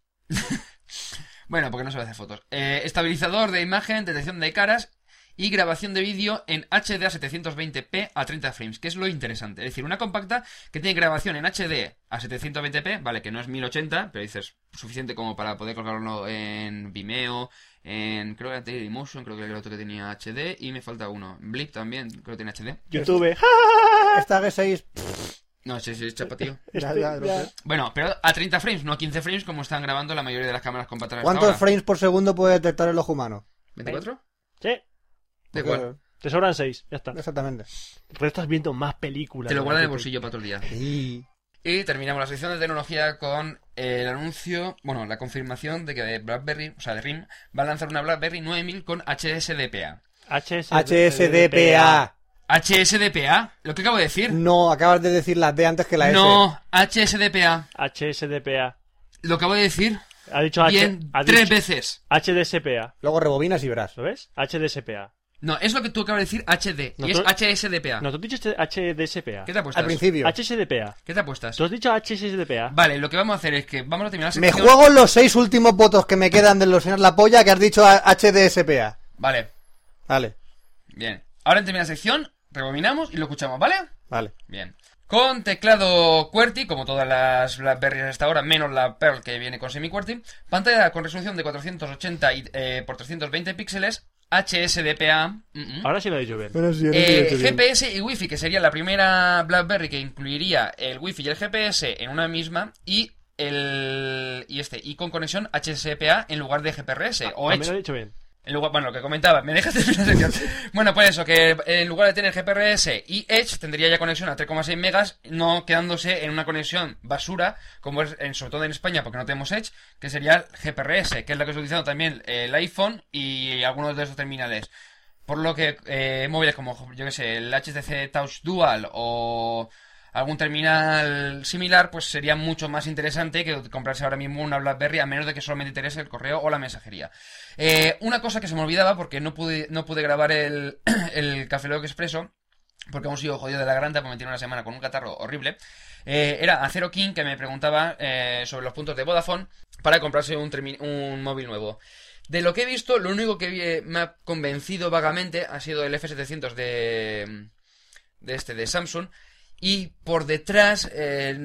Bueno, porque no sabe hacer fotos. Eh, estabilizador de imagen, detección de caras y grabación de vídeo en HD a 720p a 30 frames, que es lo interesante. Es decir, una compacta que tiene grabación en HD a 720p, vale, que no es 1080, pero dices suficiente como para poder colgarlo en Vimeo, en creo que era Dailymotion, creo que era el otro que tenía HD y me falta uno. Blip también, creo que tiene HD. YouTube. ¡ja! Esta G6. pff, No, sí, sí, chapa, tío. ya, ya, lo sé. Bueno, pero a 30 frames, no a 15 frames como están grabando la mayoría de las cámaras compactas hasta ¿Cuántos Ah, ahora. frames por segundo puede detectar el ojo humano? ¿24? Sí, Da igual. te sobran 6, ya está. Exactamente. Pero estás viendo más películas. Te lo ¿no? guarda en el YouTube. bolsillo para todo el día. Sí. Y terminamos la sección de tecnología con el anuncio, bueno, la confirmación de que BlackBerry, o sea, de RIM, va a lanzar una BlackBerry 9000 con HSDPA. HSDPA. ¿HSDPA? ¿Lo que acabo de decir? No, acabas de decir la D antes que la S. No, HSDPA. HSDPA. ¿Lo acabo de decir? Ha dicho H. Bien, ha tres dicho- veces. HDSPA. Luego rebobinas y verás. ¿Lo ves? HDSPA. No, es lo que tú acabas de decir HD, y es Nosotros- HSDPA. No, tú has dicho este HDSPA. Ah. ¿Qué te Al apuestas? principio. HSDPA. ¿Qué te apuestas? Tú has dicho HSDPA. Vale, lo que vamos a hacer es que vamos a terminar la Me sección. juego los seis últimos votos que me quedan de los señores La Polla que has dicho a- HDSPA. Vale, Vale, bien. Ahora en terminar la sección, rebobinamos y lo escuchamos, ¿vale? vale. Bien. Con teclado QWERTY, como todas las BlackBerry hasta ahora, menos la Pearl que viene con semi-QWERTY. Pantalla con resolución de 480 y, eh, por 320 píxeles. HSDPA. mm, mm. Ahora Ah, sí lo he dicho bien. Bueno, sí, Eh, GPS y Wi-Fi, que sería la primera BlackBerry que incluiría el Wi-Fi y el GPS en una misma. Y el y este y con conexión HSDPA en lugar de GPRS o Ah, También lo Edge. he dicho bien. En lugar- bueno, lo que comentaba, me dejas terminar la sección. Bueno, pues eso, que en lugar de tener GPRS y Edge, tendría ya conexión a 3,6 megas, no quedándose en una conexión basura, como es en, sobre todo en España, porque no tenemos Edge, que sería GPRS, que es la que está utilizando también el iPhone y algunos de esos terminales. Por lo que eh, móviles como, yo que sé, el HTC Touch Dual o algún terminal similar, pues sería mucho más interesante que comprarse ahora mismo una BlackBerry, a menos de que solamente interese el correo o la mensajería. Eh, una cosa que se me olvidaba, porque no pude, no pude grabar el, [clears throat] el Café Lock Expreso, porque hemos sido jodido de la granta, porque me tiene una semana con un catarro horrible. Eh, era Acero King que me preguntaba eh, sobre los puntos de Vodafone para comprarse un, termi- un móvil nuevo. De lo que he visto, lo único que vi- me ha convencido vagamente ha sido el F700 de, de este de Samsung. Y por detrás, eh,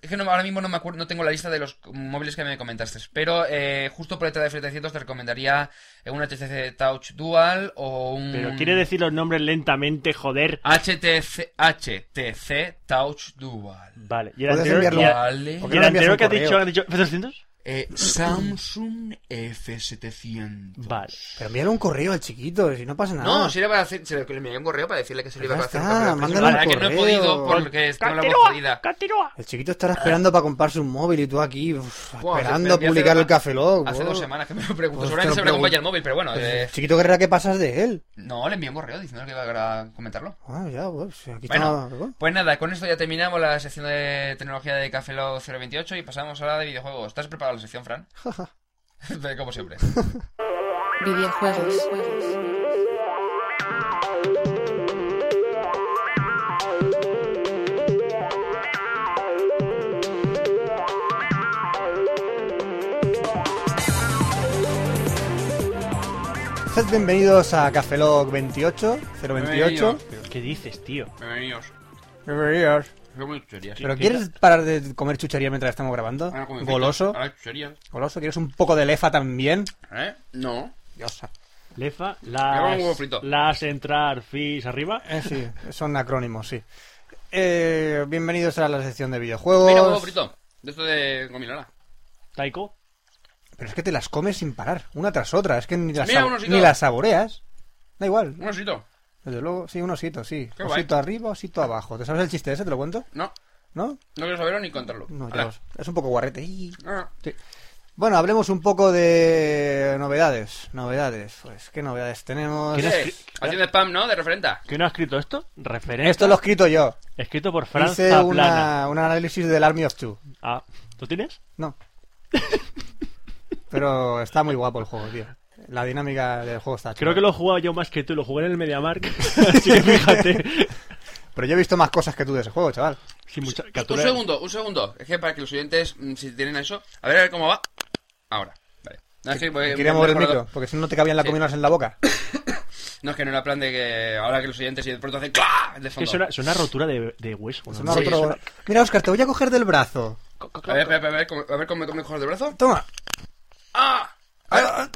es que no- ahora mismo no me acuerdo, no tengo la lista de los móviles que me comentaste, pero eh, justo por detrás de F700 te recomendaría eh, un HTC Touch Dual o un... Pero quiere decir los nombres lentamente, joder. HTC, HTC Touch Dual. Vale. Y el ¿Puedes anterior, enviarlo? y a- Vale. ¿Por y qué no el le envías anterior un que has correo? dicho, has dicho ¿F300? Eh, Samsung F700. Vale. Pero envíale un correo al chiquito, si no pasa nada. No, si era para hacer, se le, le envié un correo para decirle que se le iba a Ah. Pues Ya hacer. una prueba está, mándale de un presión. La verdad que no he correo. podido porque tengo la voz ¡Continúa! jodida. ¡Continúa! El chiquito estará esperando para comprarse un móvil y tú aquí uf, Buah, esperando a hace- publicar hace- el Café Lock. Hace wow. dos semanas que me lo pregunto. Pues Seguramente te se lo habrá comprado pregun- Pues ya el móvil, pero bueno. eh, El chiquito querrá que pasas de él. no, le envié un correo diciendo que iba a comentarlo. Ah, ya, pues aquí Bueno. está. bueno. Pues nada, con esto ya terminamos la sección de tecnología de Café Lock 028 y pasamos a la de videojuegos. ¿Estás preparado a la sección, [laughs] Fran? [laughs] Como siempre. Videojuegos. Sed bienvenidos a Café Lock 28, 028. ¿Qué dices, tío? Bienvenidos. Bienvenidos. Yo muy chucherías. ¿Pero quieres parar de comer chuchería mientras estamos grabando? Ahora come Goloso. fritas, ahora chucherías. Goloso, ¿quieres un poco de lefa también? ¿Eh? No. Diosa. Lefa, hago un huevo las, frito. las entrar, fis arriba. Eh, sí, son acrónimos, sí. Eh, bienvenidos a la sección de videojuegos. Mira, huevo frito. De esto de gominora. Taiko. Pero es que te las comes sin parar, una tras otra. Es que ni las, Mira, sabo- un osito. ni las saboreas. Da igual. Un osito. Desde luego, sí, un osito, sí. Qué guay. osito arriba, osito abajo. ¿Te sabes el chiste ese? ¿Te lo cuento? No, no ¿No? quiero saberlo ni contarlo. No, ya Hala. lo- Es un poco guarrete. Y- Ah, Sí. Bueno, hablemos un poco de novedades. Novedades, pues, ¿qué novedades tenemos? ¿Quién es? Eh, Haciendo spam, ¿no? De referenta. ¿Quién ha escrito esto? Referente. Esto lo he escrito yo. Escrito por Franz Hice Zaplana. una, un análisis del Army of Two. Ah, ¿Tú tienes? [laughs] No. Pero está muy guapo el juego, tío. La dinámica del juego está chula. Creo que lo he jugado yo más que tú. Lo jugué en el MediaMark. [laughs] así que fíjate. Pero yo he visto más cosas que tú de ese juego, chaval. Sí, mucha- Pues, Un captura- segundo, un segundo. Es que para que los oyentes, mm, si tienen eso, a ver, a ver cómo va. Ahora, vale. No es que, voy- Quería Ah, pues, me- mover el me micro, acuerdo- porque si no no te cabían las Sí. comidas en la boca. No es que no era plan de que ahora que los oyentes y de pronto hacen ¡cla! de Es que fondo. suena, suena rotura de, de hueso. ¿no? Sonaba Sí, otro- Mira, Oscar, te voy a coger del brazo. A ver, a ver, a ver, cómo- a ver cómo me cómo me coges el brazo. Toma. ¡Ah! Ah,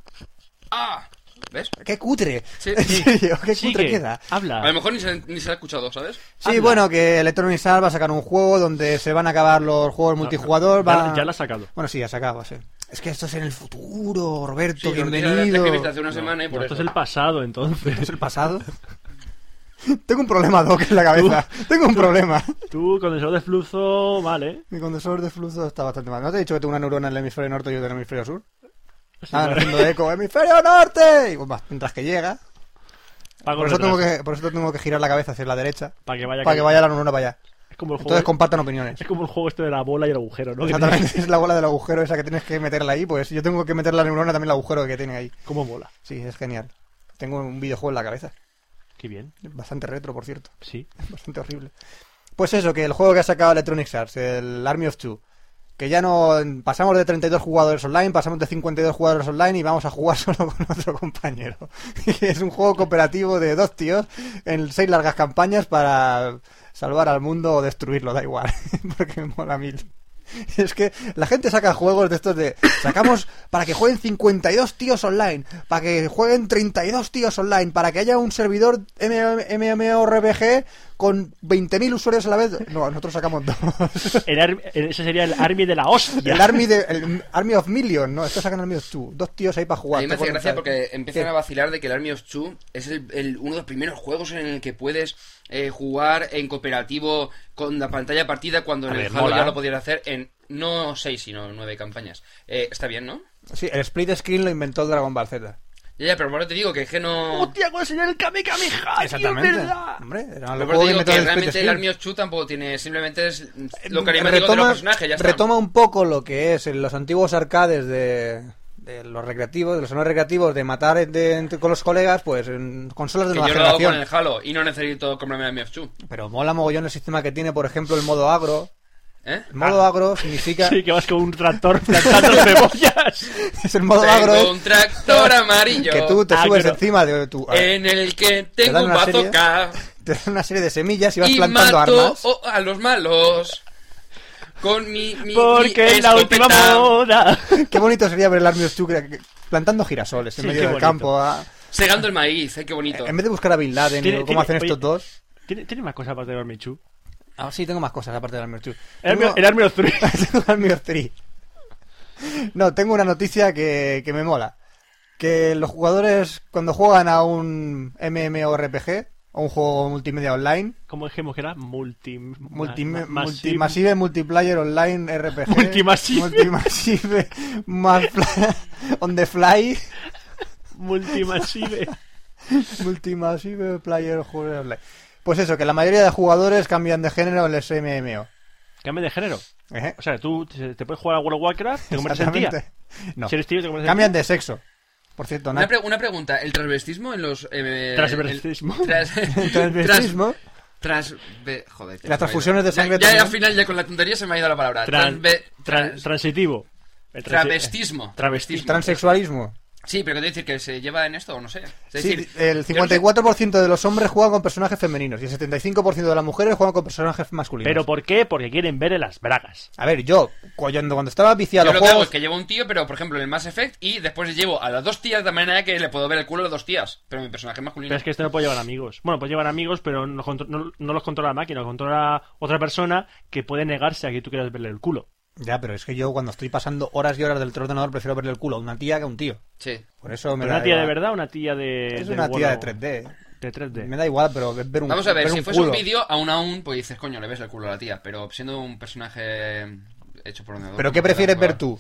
¡Ah! ¿Ves? ¡Qué cutre! Sí. [laughs] En serio, qué Sigue, Ah, cutre queda. A lo Habla. mejor ni se, ni se ha escuchado, ¿sabes? Sí, bueno, que Electronic Arts va a sacar un juego donde se van a acabar los juegos multijugador. Ah, Ya- va- ya la ha sacado. Bueno, sí, ya se acaba, sí. Es que esto es en el futuro, Roberto, Sí, Jordi, la verdad es que bienvenido. viste hace una semana y por No, esto es eso. el pasado, [laughs] entonces. [laughs] ¿Es el pasado? Tengo un problema, Doc, en la cabeza. [laughs] Tengo un problema. Tú, condensor de flujo, vale. Mi condensador de flujo está bastante mal. ¿No te he dicho que tengo una neurona en el hemisferio norte y otra en el hemisferio sur? Ah, haciendo eco. ¡Hemisferio norte! Y, pues, mientras que llega. Pago Por eso, retraso, tengo que, por eso tengo que girar la cabeza hacia la derecha. Para que eh. vaya. Para que vaya la neurona para allá. Es como el juego. Entonces compartan opiniones. Es como el juego este de la bola y el agujero, ¿no? Que Exactamente, tienes- [laughs] es la bola del agujero esa que tienes que meterla ahí. Pues yo tengo que meter la neurona también en el agujero que tiene ahí. [laughs] ¿Cómo bola? Sí, es genial. Tengo un videojuego en la cabeza. Qué bien. Bastante retro, por cierto. [laughs] Sí. Bastante horrible. Pues eso, que el juego que ha sacado Electronic Arts, el Army of Two, que ya no pasamos de 32 jugadores online, pasamos de 52 jugadores online y vamos a jugar [laughs] solo con otro compañero. [laughs] es un juego cooperativo de dos tíos en seis largas campañas para salvar al mundo o destruirlo, da igual, [laughs] porque me mola mil. [laughs] Es que la gente saca juegos de estos de sacamos para que jueguen 52 tíos online, para que jueguen 32 tíos online, para que haya un servidor MMORPG con 20.000 usuarios a la vez. No, nosotros sacamos [laughs] dos. El ar- el- ese sería el army de la hostia. El Army, de, el Army of Million, ¿no? Estos sacan Army of Two. Dos tíos ahí para A jugar. mí me hace ¿Te acuerdas? gracia porque empiezan ¿Qué? a vacilar de que el Army of Two es el, el- uno de los primeros juegos en el que puedes eh, jugar en cooperativo con la pantalla partida cuando A en ver, el Halo mola. ya lo podías hacer en no seis, sino nueve campañas. Eh, está bien, ¿no? Sí, el split screen lo inventó el Dragon Ball Z. Ya, ya, pero por eso te digo que es que no... ¡Hostia, con el señor el Kamehameha! tío, es verdad! Hombre, era Pero el por eso juego te que digo inventó que el split realmente el screen. Army of Two tampoco tiene... Simplemente es lo carismático de los Eh, Mm, retoma, personajes, ya está. retoma un poco lo que es en los antiguos arcades de, de los recreativos, de los no recreativos, de matar de- entre- con los colegas, pues en consolas de que nueva yo lo hago con generación. el Halo y no necesito comprarme el Army of Two, Pero mola mogollón el sistema que tiene, por ejemplo, el modo agro. ¿eh? El modo agro [laughs] significa... Sí, que vas con un tractor plantando [laughs] cebollas. Es el modo Tengo agro un [laughs] tractor amarillo que tú te Ah, subes claro. encima de tu... en el que tengo dan un una serie? bazooka... Te dan una serie de semillas y vas y plantando mato armas. o- a los malos con mi, mi Porque mi es la última escopeta. moda. [laughs] Qué bonito sería ver el Army of Two cre- que- plantando girasoles en Sí, medio qué del bonito. campo. ah. segando el maíz eh, qué bonito En vez de buscar a Bin Laden, Tiene- como tiene- hacen estos oye, dos? ¿Tiene, tiene más cosas aparte de Armichu. Ah, sí, tengo más cosas aparte del Army of Two. El, Tengo- Army- el Army of [laughs] Three. tengo Army of Three. No, tengo una noticia que, que me mola. Que los jugadores, cuando juegan a un MMORPG, o un juego multimedia online, ¿Cómo dijimos que era? Multi... multi, ma- ma- multi- massive- Massive Multiplayer Online RPG, Multimasive. Multimasive, más fla- On the Fly, [laughs] Multimasive. Multimasive Player Jugador Online. Pues eso, que la mayoría de jugadores cambian de género en los MMO. Cambia de género. ¿Eh? O sea, tú te te puedes jugar a World of Warcraft, te conviertes en tía. Exactamente. No. Si eres tío, te conviertes en Cambian tía. de sexo. Por cierto, una, Nat. pre- una pregunta el transvestismo en los eh, Transvestismo. el- [laughs] tras- Transvestismo. trans- transve- joder tío, se Las me ha transfusiones ido. de sangre ya, ya, también. al final ya con la tontería se me ha ido la palabra Tran- Transve- tran- trans- transitivo. El transi- travestismo Travestismo. Transexualismo. sí pero qué te decir que se lleva en esto o no sé es Sí, decir el yo no sé- 54% de los hombres juegan con personajes femeninos y el 75% de las mujeres juegan con personajes masculinos. ¿Pero por qué? Porque quieren ver en las bragas. A ver, yo, cuando, cuando estaba viciado Yo lo a los que hago juegos... es que llevo un tío, pero por ejemplo en el Mass Effect, y después llevo a las dos tías de manera que le puedo ver el culo a las dos tías. Pero mi personaje es masculino. Pero es que este no puede llevar amigos. Bueno, puede llevar amigos, pero no, contro- no- no los controla la máquina, los controla otra persona que puede negarse a que tú quieras verle el culo. Ya, pero es que yo cuando estoy pasando horas y horas del ordenador prefiero verle el culo a una tía que a un tío. Sí. Por eso me ¿Pero da ¿Una tía de igual. verdad o una tía de.? Es del una tía de vuelo? 3D. De 3D. Me da igual, pero ver un Vamos a ver, ver si un fuese un culo. vídeo, aún aún, pues dices, coño, le ves el culo a la tía. Pero siendo un personaje hecho por ordenador. ¿Pero como qué que prefieres tampoco- ver tú?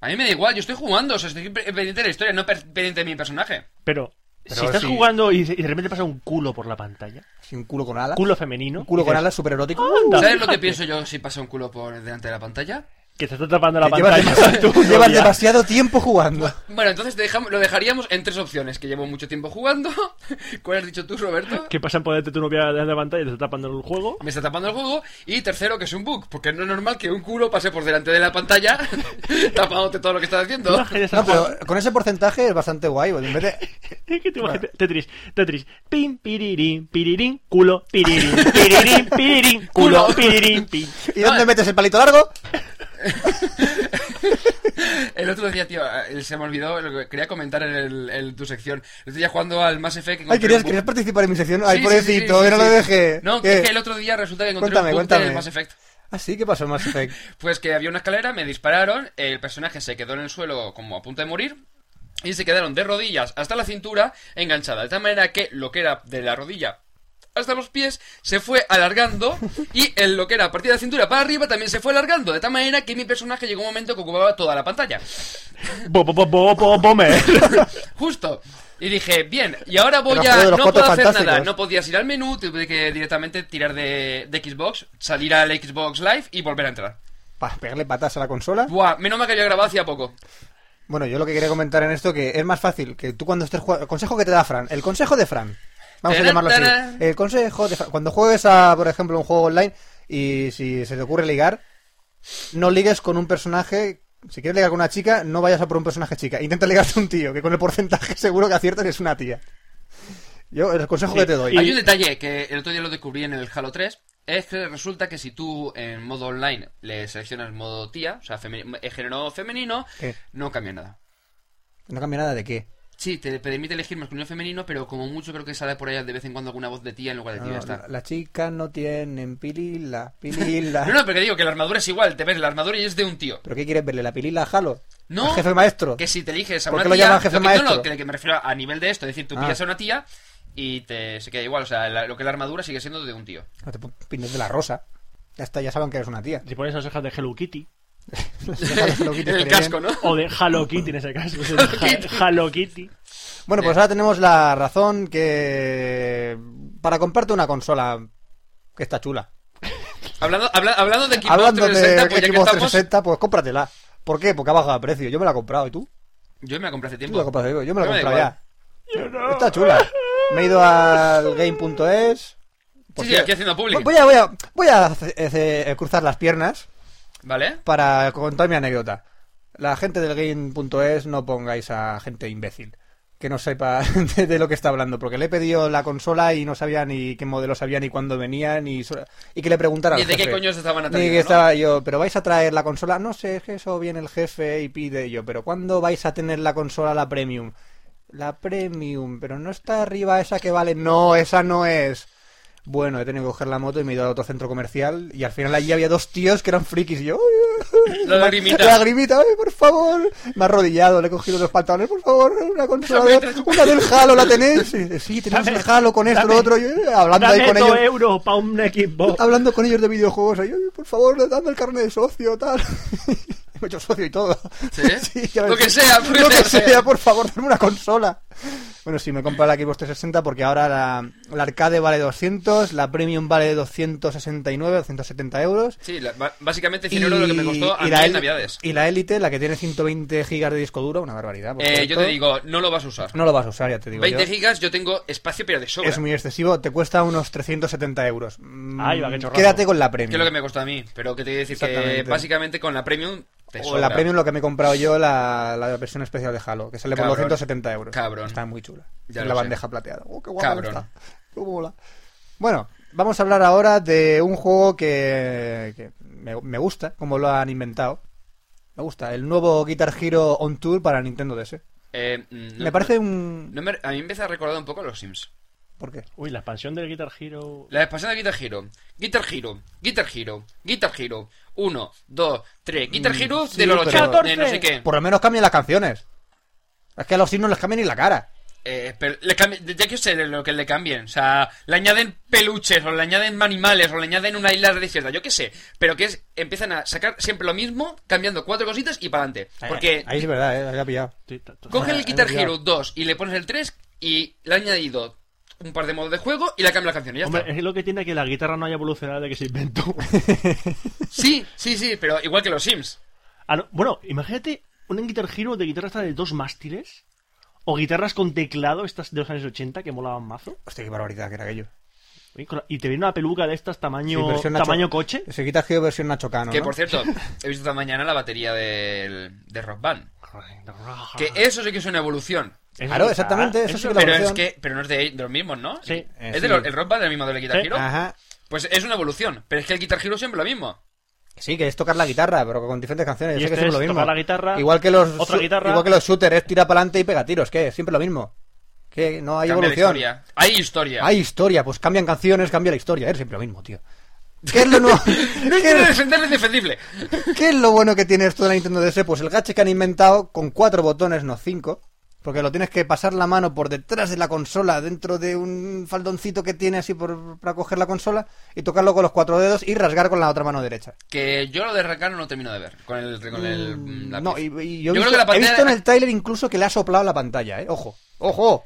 ¿A A mí me da igual, yo estoy jugando, o sea, estoy pe- pendiente de la historia, no per- pendiente de mi personaje. Pero, Pero si estás sí. jugando y de y de repente pasa un culo por la pantalla, Sí, un culo con alas. culo femenino, Ah, Un culo con dices, alas, súper erótico. Anda. ¿Sabes lo que fíjate. pienso yo si pasa un culo por delante de la pantalla? que te está tapando la llevas, pantalla. [laughs] demasiado, tú, [laughs] llevas novia. demasiado [laughs] tiempo jugando. Bueno, entonces dejam- lo dejaríamos en tres opciones, que llevo mucho tiempo jugando. [laughs] ¿Cuál has dicho tú, Roberto? Que pasan por delante tu novia de la pantalla y te está tapando el juego. Me está tapando el juego. Y tercero, que es un bug, porque no es normal que un culo pase por delante de la pantalla [laughs] tapándote todo lo que estás [laughs] [laughs] haciendo. Imagínate esas No, pero con ese porcentaje es bastante guay. porque en vez de- Es que te imaginas- Tetris, Tetris. Pim, pirirín, pirirín, culo, pirirín, pirirín, [laughs] pirirín, culo, Culo. pirirín, pim. ¿Y dónde metes el palito largo? El otro día, tío, eh, se me olvidó, lo que quería comentar en, el- en tu sección. El otro día jugando al Mass Effect. Ay, encontré ¿querías, un bug. querías participar en mi sección. Sí, Ay, sí, sí, pobrecito, sí, que no sí. lo dejé. No, ¿Qué? es que el otro día resulta que encontré Cuéntame, un bug cuéntame. del Mass Effect. Ah, sí, ¿qué pasó en Mass Effect? Pues que había una escalera, me dispararon, el personaje se quedó en el suelo como a punto de morir. Y se quedaron de rodillas hasta la cintura enganchada. De tal manera que lo que era de la rodilla hasta los pies se fue [laughs] alargando. Y el, lo que era a partir de la cintura para arriba también se fue alargando. De tal manera que mi personaje llegó a un momento que ocupaba toda la pantalla. Bo, bo, bo, bo, bo, [laughs] bome. Justo. Y dije, bien, y ahora voy Pero, a... joder, los No fotos puedo hacer fantásticos. nada. No podías ir al menú, tuve que directamente tirar de, de Xbox, salir al Xbox Live y volver a entrar. ¿Para pegarle patas a la consola? Buah, menos mal que yo he grabado hacía poco. Bueno, yo lo que quería comentar en esto que es más fácil que tú cuando estés jugando... El consejo que te da Fran. El consejo de Fran. Vamos a Tarán, llamarlo así. tarán. El consejo de Fran. Cuando juegues a, por ejemplo, un juego online y si se te ocurre ligar, no ligues con un personaje... Si quieres ligar con una chica, no vayas a por un personaje chica. Intenta ligarte un tío, que con el porcentaje [laughs] seguro que aciertas que es una tía. Yo, el consejo Sí, que te doy. Y- Hay un detalle que el otro día lo descubrí en el Halo 3. Es que resulta que si tú en modo online le seleccionas modo tía, o sea, femi- eh, género femenino, ¿Qué? no cambia nada. No cambia nada de qué. Sí, te permite elegir masculino o femenino, pero como mucho creo que sale por ahí de vez en cuando alguna voz de tía en lugar de No, tía. ya no, está. la- las chicas no tienen pilila, [laughs] pilila. No, no, porque digo que la armadura es igual. Te ves la armadura y es de un tío. ¿Pero qué quieres verle? ¿La pilila a Halo? No. ¿Al jefe maestro? Que si te eliges a ¿Por una qué lo tía. llaman jefe que- no, no, maestro? que, que me refiero a nivel de esto. Es decir, tú Ah. pillas a una tía y te se queda igual. O sea, la- lo que es la armadura sigue siendo de un tío. No te pines de la rosa. Ya está, ya saben que eres [laughs] una tía. Si pones las orejas de Hello Kitty Lo quites, el pero casco, bien. ¿no? o de Hello Kitty en ese caso, es de Ha- [laughs] Hello Kitty. Bueno, pues ahora tenemos la razón que... Para comprarte una consola que está chula. Hablando, habla- hablando de Xbox Hablando de 360, pues ya que Xbox estamos- 360, pues cómpratela. ¿Por qué? Porque ha bajado de precio. Yo me la he comprado. ¿Y tú? Yo me la compré hace Tú tiempo. la compras, yo me la No he me da comprado igual. ya. Está chula. Me he ido al game.es. Por Sí, sí, cierto- aquí haciendo public. Voy a, voy a, voy a hacer- eh, cruzar las piernas ¿Vale? para contar mi anécdota. La gente del game.es no pongáis a gente imbécil que no sepa [laughs] de, de lo que está hablando, porque le he pedido la consola y no sabía ni qué modelo sabía ni cuándo venía ni so- y que le preguntara al Ni de qué jefe. coño se estaban Ni atendiendo, que ¿no? estaba yo, pero vais a traer la consola, no sé, es que eso viene el jefe y pide yo, pero ¿cuándo vais a tener la consola la premium? La premium, pero no está arriba esa que vale, no, esa no es. Bueno, he tenido que coger la moto y me he ido al otro centro comercial y al final allí había dos tíos que eran frikis y yo... La [laughs] lagrimita. La lagrimita, ay, por favor. Me ha arrodillado, le he cogido los pantalones, por favor, una consola, Déjame de- entrar. una del Halo, ¿la tenéis? Sí, sí, tenemos Dame- el Halo con esto, lo dame- otro, y yo, hablando ahí Dame eh, con dos ellos. euros para un Xbox. [laughs] Hablando con ellos de videojuegos, ahí, "Ay, por favor, dame el carnet de socio, tal. [laughs] Me he hecho socio y todo. [laughs] ¿Sí? ya Lo ves. que sea, puede [laughs] Lo que ser. sea, por favor, dame una consola. Bueno, sí, me he comprado la Xbox 360 porque ahora la, la arcade vale 200, la premium vale 269, 270 euros. Sí, la- ba- básicamente 100 euros lo que me costó a mí la en el- Navidades. Y la Elite, la que tiene 120 gigas de disco duro, una barbaridad. por Eh, cierto. yo te digo, no lo vas a usar. No lo vas a usar, ya te digo. 20 yo. gigas, yo tengo espacio, pero de sobra. Es muy excesivo, te cuesta unos 370 euros. Mm, Ahí va, qué chorrazo. Quédate con la premium. Que es lo que me costó a mí. Pero que te voy a decir que Exactamente. básicamente con la Premium te O sobra. la Premium, lo que me he comprado yo, la, la versión especial de Halo, que sale por Cabrón. 270 euros. Cabrón. Está muy chula. Ya Es lo la sé. bandeja plateada. ¡Oh, qué guapa Cabrón. está! ¡Qué mola! Bueno, vamos a hablar ahora de un juego que, que me, me gusta, como lo han inventado. Me gusta. El nuevo Guitar Hero On Tour para Nintendo DS. Eh, mm, no- me parece no- un... no me- a mí me empieza a recordar un poco a los Sims. ¿Por qué? Uy, la expansión del Guitar Hero. La expansión de Guitar Hero. Guitar Hero. Guitar Hero. Guitar Hero. 1, 2, 3. Guitar Hero Mm, sí, de los pero- 80. De no sé qué. Por lo menos cambian las canciones. Es que a los signos les cambian ni la cara. Eh, pero le cambi- ya que sé de lo que le cambien, o sea, le añaden peluches, o le añaden animales, o le añaden una isla desierta, yo qué sé, pero que es, empiezan a sacar siempre lo mismo, cambiando cuatro cositas y para adelante. Porque Ahí es verdad, ¿eh? Ahí la he pillado. Sí, ta- ta- coge ahí el Guitar lo he Hero 2 y le pones el 3 y le han añadido un par de modos de juego y le cambian la canción y ya Hombre, está. es lo que tiene que la guitarra no haya evolucionado de que se inventó. [laughs] eh. Sí, sí, sí, pero igual que los Sims. Ah, no, Bueno, imagínate un Guitar Hero de guitarra esta de dos mástiles. O guitarras con teclado, estas de los años 80 que molaban mazo. Hostia, qué barbaridad que era aquello. Y con la- y te viene una peluca de estas Sí, tamaño, versión Nacho- tamaño coche. Ese Guitar Hero versión Nacho Cano, que ¿no? por cierto, he visto esta mañana la batería del, de Rock Band. Que eso sí que es una evolución. Ah, Eso Claro, está- exactamente, eso sí que Ah. la Pero es evolución. que pero no es de, de los mismos, ¿no? Sí. Eh, Es sí. Ah, de los- el Rock Band del mismo del Guitar Sí. Hero. Ajá. Pues es una evolución, pero es que el Guitar Hero siempre lo mismo. Sí, que es tocar la guitarra, pero con diferentes canciones. Y Yo sé que este siempre es lo mismo. tocar la guitarra, igual que los otra shoo- guitarra. igual que los shooters, es tira para adelante y pega tiros, ¿qué? Siempre lo mismo. Que no hay Cambia la evolución. historia. Hay historia. Hay historia, pues cambian canciones, cambia la historia, es siempre lo mismo, tío. ¿Qué es [laughs] lo nuevo? [laughs] [laughs] No ¿Qué quiero es- defender lo indefendible. ¿Qué es lo bueno que tiene esto de la Nintendo DS? Pues el gache que han inventado con cuatro botones, no cinco. Porque lo tienes que pasar la mano por detrás de la consola, dentro de un faldoncito que tiene así por- para coger la consola, y tocarlo con los cuatro dedos y rasgar con la otra mano derecha. Que yo lo de arrancar no lo termino de ver. Con el. Con el Mm, lápiz. no, y, y yo, creo he visto, que la he pantalla. visto en el tráiler incluso que le ha soplado la pantalla, ¿eh? Ojo, ojo.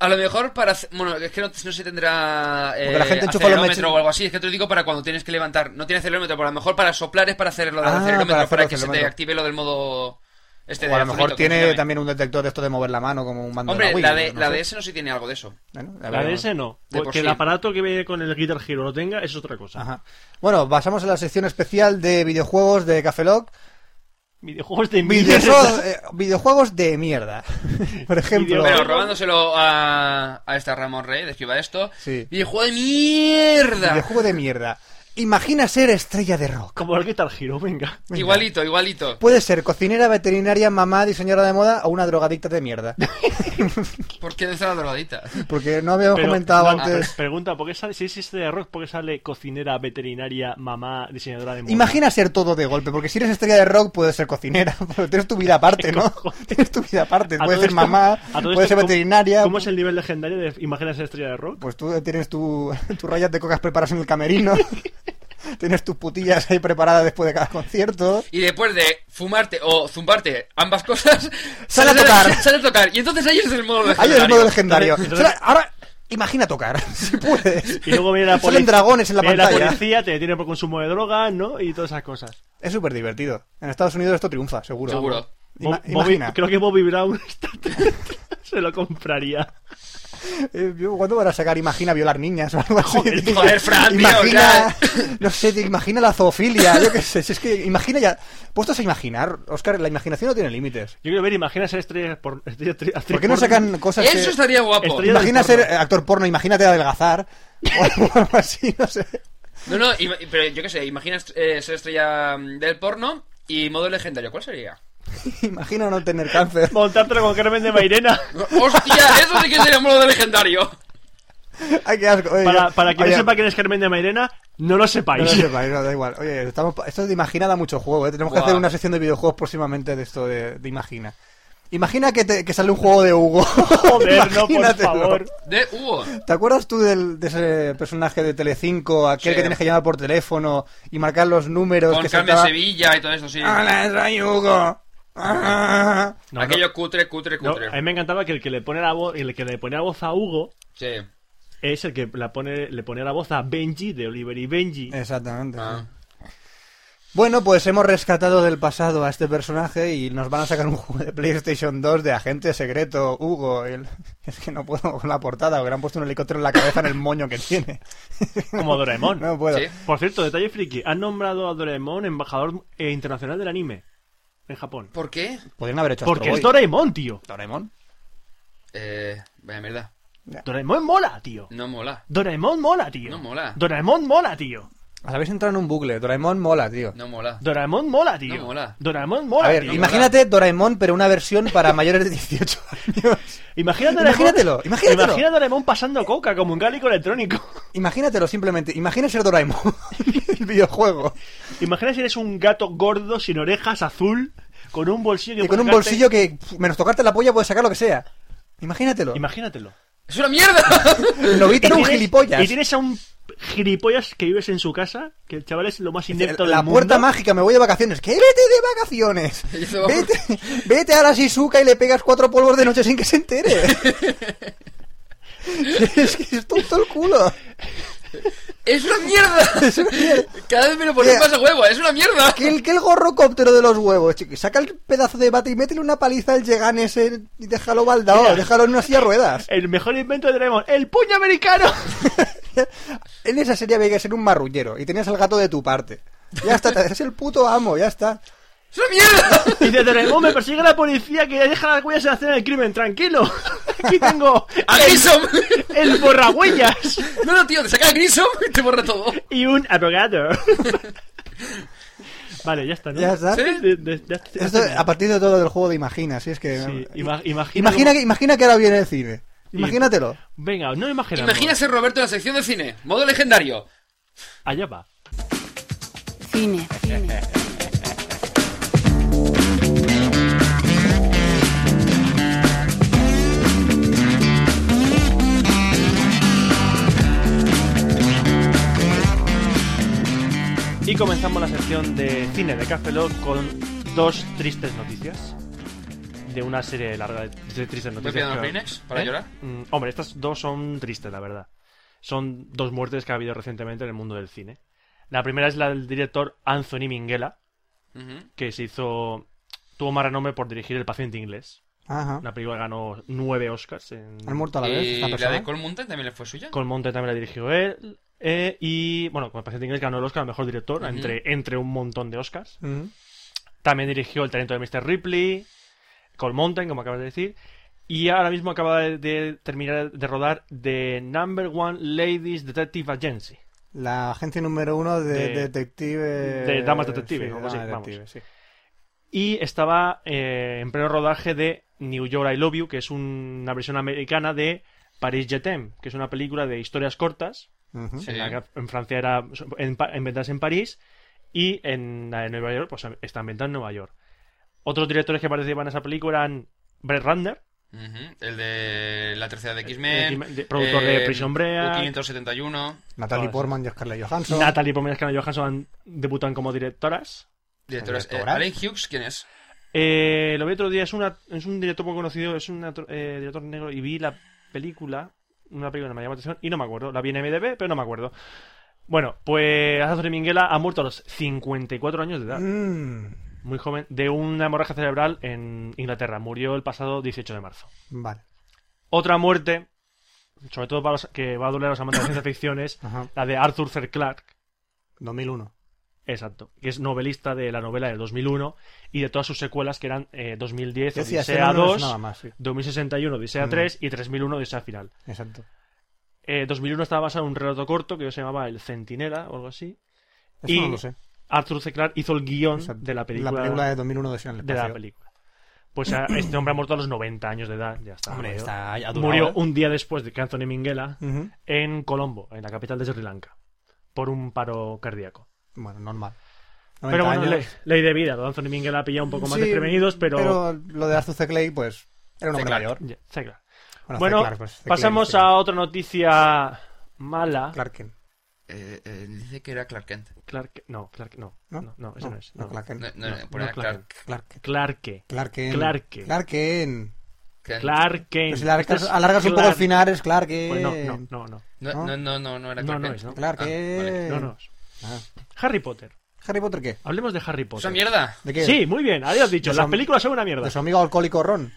A lo mejor para. hacer- Bueno, es que no, no se tendrá. Eh, Porque la gente enchufa los acelerómetro mechi- o algo así. Es que te lo digo para cuando tienes que levantar. No tiene acelerómetro, pero a lo mejor para soplar es para hacer lo del Ah, acelerómetro. para Para, hacer que se te acelerómetro. active lo del modo. Este O de a lo azulito, mejor que se tiene llame. también un detector de esto de mover la mano como un mando Hombre, de la Wii, la, de, no la sé. DS no sé si tiene algo de eso. Bueno, ya La veremos. DS no. De por Porque el sí. aparato que viene con el Guitar Hero lo tenga es otra cosa. Ajá. Bueno, pasamos a la sección especial de videojuegos de Café Lock. [laughs] Videojuegos de Videojuegos, eh, videojuegos de mierda. [laughs] Por ejemplo, Pero robándoselo a, a esta Ramón Rey, describa esto. Sí. Videojuego de mierda. videojuego de mierda. Imagina ser estrella de rock. [laughs] Como el Guitar Hero, venga. Venga. Igualito, igualito. Puede ser cocinera, veterinaria, mamá, diseñadora de moda o una drogadicta de [laughs] mierda. ¿Por qué no está la drogadita? Porque no habíamos Pero- comentado no, antes. pre- Pregunta, ¿por qué sale, si existe de rock, por qué sale cocinera, veterinaria, mamá, diseñadora de moda? Imagina ser todo de golpe, porque si eres estrella de rock puedes ser cocinera, [laughs] pero tienes tu vida aparte, ¿no? cojones? [laughs] Tienes tu vida aparte, A puedes todo ser esto- mamá, a todo puedes esto, ser ¿cómo- veterinaria. ¿Cómo es el nivel legendario de Imagina ser estrella de rock? Pues tú tienes tu, [laughs] tu rayas de cocas preparadas en el camerino, [laughs] tienes tus putillas ahí preparadas después de cada concierto. Y después de fumarte o zumbarte ambas cosas, Sale a tocar. Sale a tocar. Y entonces ahí es el modo Ahí legendario. es el modo legendario. Entonces- Será- Ahora, imagina tocar, [laughs] si puedes. Y luego viene la policía. [laughs] Salen dragones en la La pantalla. policía te detiene por consumo de droga, ¿no? Y todas esas cosas. Es súper divertido. En Estados Unidos esto triunfa, seguro. Seguro. Ima- Bo- Bobby- imagina. creo que Bobby Brown [laughs] está- se lo compraría. Eh, yo, ¿Cuándo van a sacar Imagina violar niñas o algo así? Joder, joder, Fran, tío, imagina, ya. No sé, tío, imagina la zoofilia, yo qué sé. Si es que imagina ya... Puestos a imaginar, Oscar, la imaginación no tiene límites. Yo quiero ver, imagina ser estrella por... estrella- actriz ¿Por qué no porno. sacan cosas que- Eso estaría guapo. Estrella- Imagina del ser porno. eh, actor porno, imagínate adelgazar o [laughs] algo así, no sé. No, no, ima- pero yo qué sé, imagina est- eh, ser estrella mm, del porno y modo legendario. ¿Cuál sería? Imagina no tener cáncer. [laughs] Montártelo con Carmen de Mairena. ¡Hostia! Eso sí que sería modo legendario. Ay, qué asco. [laughs] Oye, Para, yo- para quien oye, no sepa quién es Carmen de Mairena, no lo No, sepáis. no sepa, no, da igual. Oye, estamos, pa- esto de Imagina da mucho juego, ¿eh? Tenemos que Guau. hacer una sección de videojuegos próximamente de esto de, de Imagina. Imagina que, te- que sale un juego de [laughs] [laughs] Hugo. [laughs] Joder, no, por Imagínatelo. favor. De Hugo. ¿Te acuerdas tú del, de ese personaje de Telecinco, aquel Sí. que tienes que llamar por teléfono y marcar los números? Con que Carmen saltaba? Ah, Sevilla y todo eso, sí. ¡Hola, soy Hugo! Ah. No, Aquello cutre, cutre, no, cutre. no, a mí me encantaba que el que le pone la voz, el que le ponía la voz a Hugo Sí. es el que la pone, le ponía la voz a Benji de Oliver y [laughs] Benji. Exactamente. Ah. Bueno, pues hemos rescatado del pasado a este personaje y nos van a sacar un juego de PlayStation 2 de agente secreto, Hugo. el- Es que no puedo con la portada, porque le han puesto un helicóptero en la cabeza en el moño que tiene. [laughs] Como Doraemon. No puedo. Sí. Por cierto, detalle friki, han nombrado a Doraemon embajador eh, internacional del anime en Pues, Japón. ¿Por qué? Podrían haber hecho Porque Astro es Boy. Doraemon, tío. Doraemon. Eh. Vaya mierda. Doraemon mola, tío. No mola. Doraemon mola, tío. No mola. Doraemon mola, tío. Os habéis entrado en un bucle. Doraemon mola, tío. No mola. Doraemon mola, tío. No mola. Doraemon mola, a ver, tío. imagínate Doraemon, pero una versión para mayores de 18 [laughs] años. Imagina Doraemon- Imagínatelo, imagínatelo. Imagina a Doraemon pasando coca como un cálico electrónico. Imagínatelo simplemente. Imagina ser Doraemon. [laughs] el videojuego. Imagina si eres un gato gordo, sin orejas, azul, con un bolsillo que Y con puedes un sacarte- bolsillo que, pf, menos tocarte la polla, puedes sacar lo que sea. Imagínatelo. Imagínatelo. ¡Es una mierda! [laughs] Y Novita era un tienes- gilipollas. Y tienes a un gilipollas que vives en su casa, que el chaval es lo más inepto del la mundo. puerta mágica, me voy de vacaciones. ¿Qué vete [laughs] de vacaciones? Eso. Vete, vete a la Shizuka y le pegas cuatro polvos de noche sin que [laughs] se entere. es que es tonto el culo. [laughs] ¡Es una mierda! Cada vez me lo pones Mira. más a huevo, ¡es una mierda! Que el, que el gorro cóptero de los huevos, chico. Saca el pedazo de bate y métele una paliza al Llegan ese y déjalo baldado, Mira. déjalo en una silla de [laughs] ruedas. El mejor invento de Dragon, el puño americano. [laughs] en esa serie había que ser un marrullero y tenías al gato de tu parte. Ya está, te haces el puto amo, ya está. ¡Es una mierda! Y de Dragon me persigue la policía que deja las huellas de hacer el crimen, tranquilo. [laughs] Aquí tengo ¡A Grissom! [laughs] el borrahuellas No, no, tío, te saca a Grissom y te borra todo. y un abogado. [laughs] Vale, ya está, ¿no? Ya está. De- de- ya está. Esto, a partir de todo del juego de Imagina, si es que... Sí, ima- imagina- imagina, que, imagina que ahora viene el cine. Imagínatelo. Venga, no imaginamos. Imagina ser Roberto en la sección de cine, modo legendario. Allá va. Cine. Y comenzamos la sección de cine de Café Lock con dos tristes noticias. De una serie larga de, de tristes ¿Voy noticias. pidiendo los pero- Kleenex para ¿Eh? llorar? Mm, hombre, estas dos son tristes, la verdad. Son dos muertes que ha habido recientemente en el mundo del cine. La primera es la del director Anthony Minghella, Ujú. que se hizo. tuvo más renombre por dirigir El paciente inglés. Ajá. La película ganó nueve Oscars. En... Han muerto a la vez ¿Y esta la de persona. Cole Mountain también le fue suya? Colmonte también la dirigió él. eh, y bueno, con el paciente inglés ganó el Oscar al mejor director, Ujú. entre, entre un montón de Oscars. Ujú. También dirigió El talento de Mr. Ripley, Cold Mountain, como acabas de decir. Y ahora mismo acaba de, de terminar de rodar The Number One Ladies Detective Agency. La agencia número uno de, De- detective... de damas detectives, sí, o algo así, damas vamos. detectives, sí. Y estaba eh, en pleno rodaje de New York I Love You, que es un- una versión americana de Paris Je t'aime, que es una película de historias cortas. Ujú. Sí. En, la que en Francia era en, Pa- inventarse en París y en la de Nueva York, pues está inventada en Nueva York. Otros directores que participan en esa película eran Brett Ratner, Ujú. El de la tercera de Eh, X-Men. de- productor de eh, Prison Break. U571. Natalie Todas. Portman y Scarlett Johansson. Natalie Portman y Scarlett Johansson han- debutan como directoras. Directoras. eh, Directora. Allen Hughes, ¿quién es? Eh, lo vi otro día, es, una, es un director poco conocido, es un atro- eh, director negro, y vi la película, una película que me llamó la atención, y no me acuerdo, la vi en MDB, pero no me acuerdo. Bueno, pues Anthony Minghella ha muerto a los 54 años de edad, Mm, muy joven, de una hemorragia cerebral en Inglaterra. Murió el pasado 18 de marzo. Vale. Otra muerte, sobre todo para los- que va a doler a los amantes de ciencia ficción, es Ajá. la de Arthur C. Clarke, 2001. Exacto, que es novelista de la novela del 2001 y de todas sus secuelas que eran eh, 2010, Yo decía, ese Odisea nombre me 2, sonaba más, sí. 2061, Odisea Mm. 3 y 3001, Odisea Final. Exacto. Eh, 2001 estaba basado en un relato corto que se llamaba El Centinela o algo así. Eso Y no lo sé. Arthur C. Clarke hizo el guión Exacto. de la película, La película de 2001 de Sion de la película. Pues a- este hombre ha muerto a los 90 años de edad, ya está. Hombre, murió. está ya durado, Murió ¿eh? un día después de que Anthony Minghella Ujú. en Colombo, en la capital de Sri Lanka, por un paro cardíaco. Bueno, normal. Pero 90 bueno, años. ley, ley de vida. Lo de Anthony Minghella ha pillado un poco más Sí, desprevenidos, pero. Pero lo de Arthur C. Clarke, pues, era un hombre Clarke. mayor. Ya, está claro. Bueno, Bueno, C. Clarke, pues, C. pasamos Clarke, a otra noticia mala. C. Clarke. Eh, eh, dice que era Clark Kent. Clark- no, Clark, no. ¿No? No, no, eso no, es. No, no. Clarke. No, no, No, ponía no, Clark. Clarke. Clarke. Clarke. Clarke. Clarke. Kent. Clarke. Pero si le alargas, alargas un poco al final, eh, es Ah, Clarke. Pues no, no, no, no. No, ¿no? no, no, no, no era No, Clark no Kent. es, ¿no? Clarke. Ah, vale. No, no es. Ah. Harry Potter. ¿Harry Potter qué? Hablemos de Harry ¡Es una Potter. mierda! ¿De qué? Sí, muy bien. Habías dicho. De Las su- películas son una mierda. De su amigo alcohólico Ron.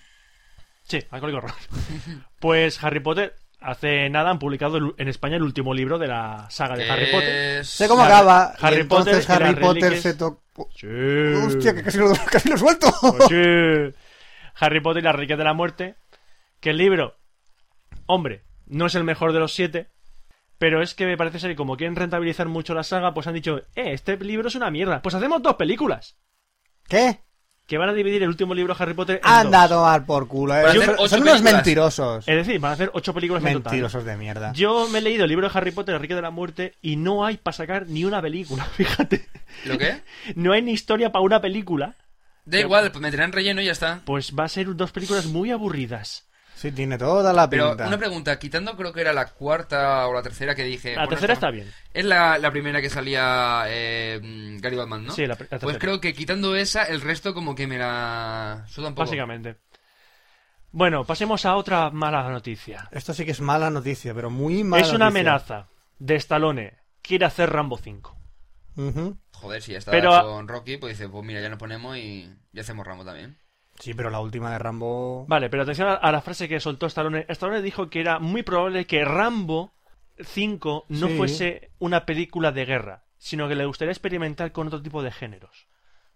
Sí, alcohólico horror. [laughs] Pues Harry Potter. Hace nada han publicado el- en España el último libro de la saga de Harry Potter. Es- Sé cómo Harry- acaba. y Harry entonces Potter y Harry las Potter reliquias. se tocó. Sí. Hostia, que casi lo, [laughs] casi lo suelto. Pues Oye, [laughs] Harry Potter y las reliquias de la muerte. Que el libro, hombre, no es el mejor de los siete. Pero es que me parece ser que como quieren rentabilizar mucho la saga, pues han dicho, eh, este libro es una mierda. Pues hacemos dos películas. ¿Qué? Que van a dividir el último libro de Harry Potter en Anda a dos. tomar por culo. eh. Para hacer Son- ocho Son unos películas. mentirosos. Es decir, van a hacer ocho películas en total. Mentirosos de mierda. Yo me he leído el libro de Harry Potter, El Rique de la Muerte, y no hay para sacar ni una película, [laughs] fíjate. [laughs] ¿Lo qué? No hay ni historia para una película. Da igual, pues meterán relleno y ya está. Pues va a ser dos películas muy aburridas. Sí, tiene toda la Pero pinta. una pregunta, quitando creo que era la cuarta o la tercera que dije. La Eh, bueno, tercera esto- está bien. Es la, la primera que salía eh, mm, Gary Batman, ¿no? Sí, la, pr- la Pues tercera, creo que quitando esa, el resto como que me la suda un poco. Básicamente. Bueno, pasemos a otra mala noticia. Esto sí que es mala noticia, pero muy mala es una noticia. amenaza de Stallone. Quiere hacer Rambo 5. Ujú. Joder, si ya está Pero- con Rocky, pues dice, pues mira, ya nos ponemos y ya hacemos Rambo también. Sí, pero la última de Rambo. Vale, pero atención a, a la frase que soltó Stallone. Stallone dijo que era muy probable que Rambo 5 no Sí. fuese una película de guerra, sino que le gustaría experimentar con otro tipo de géneros.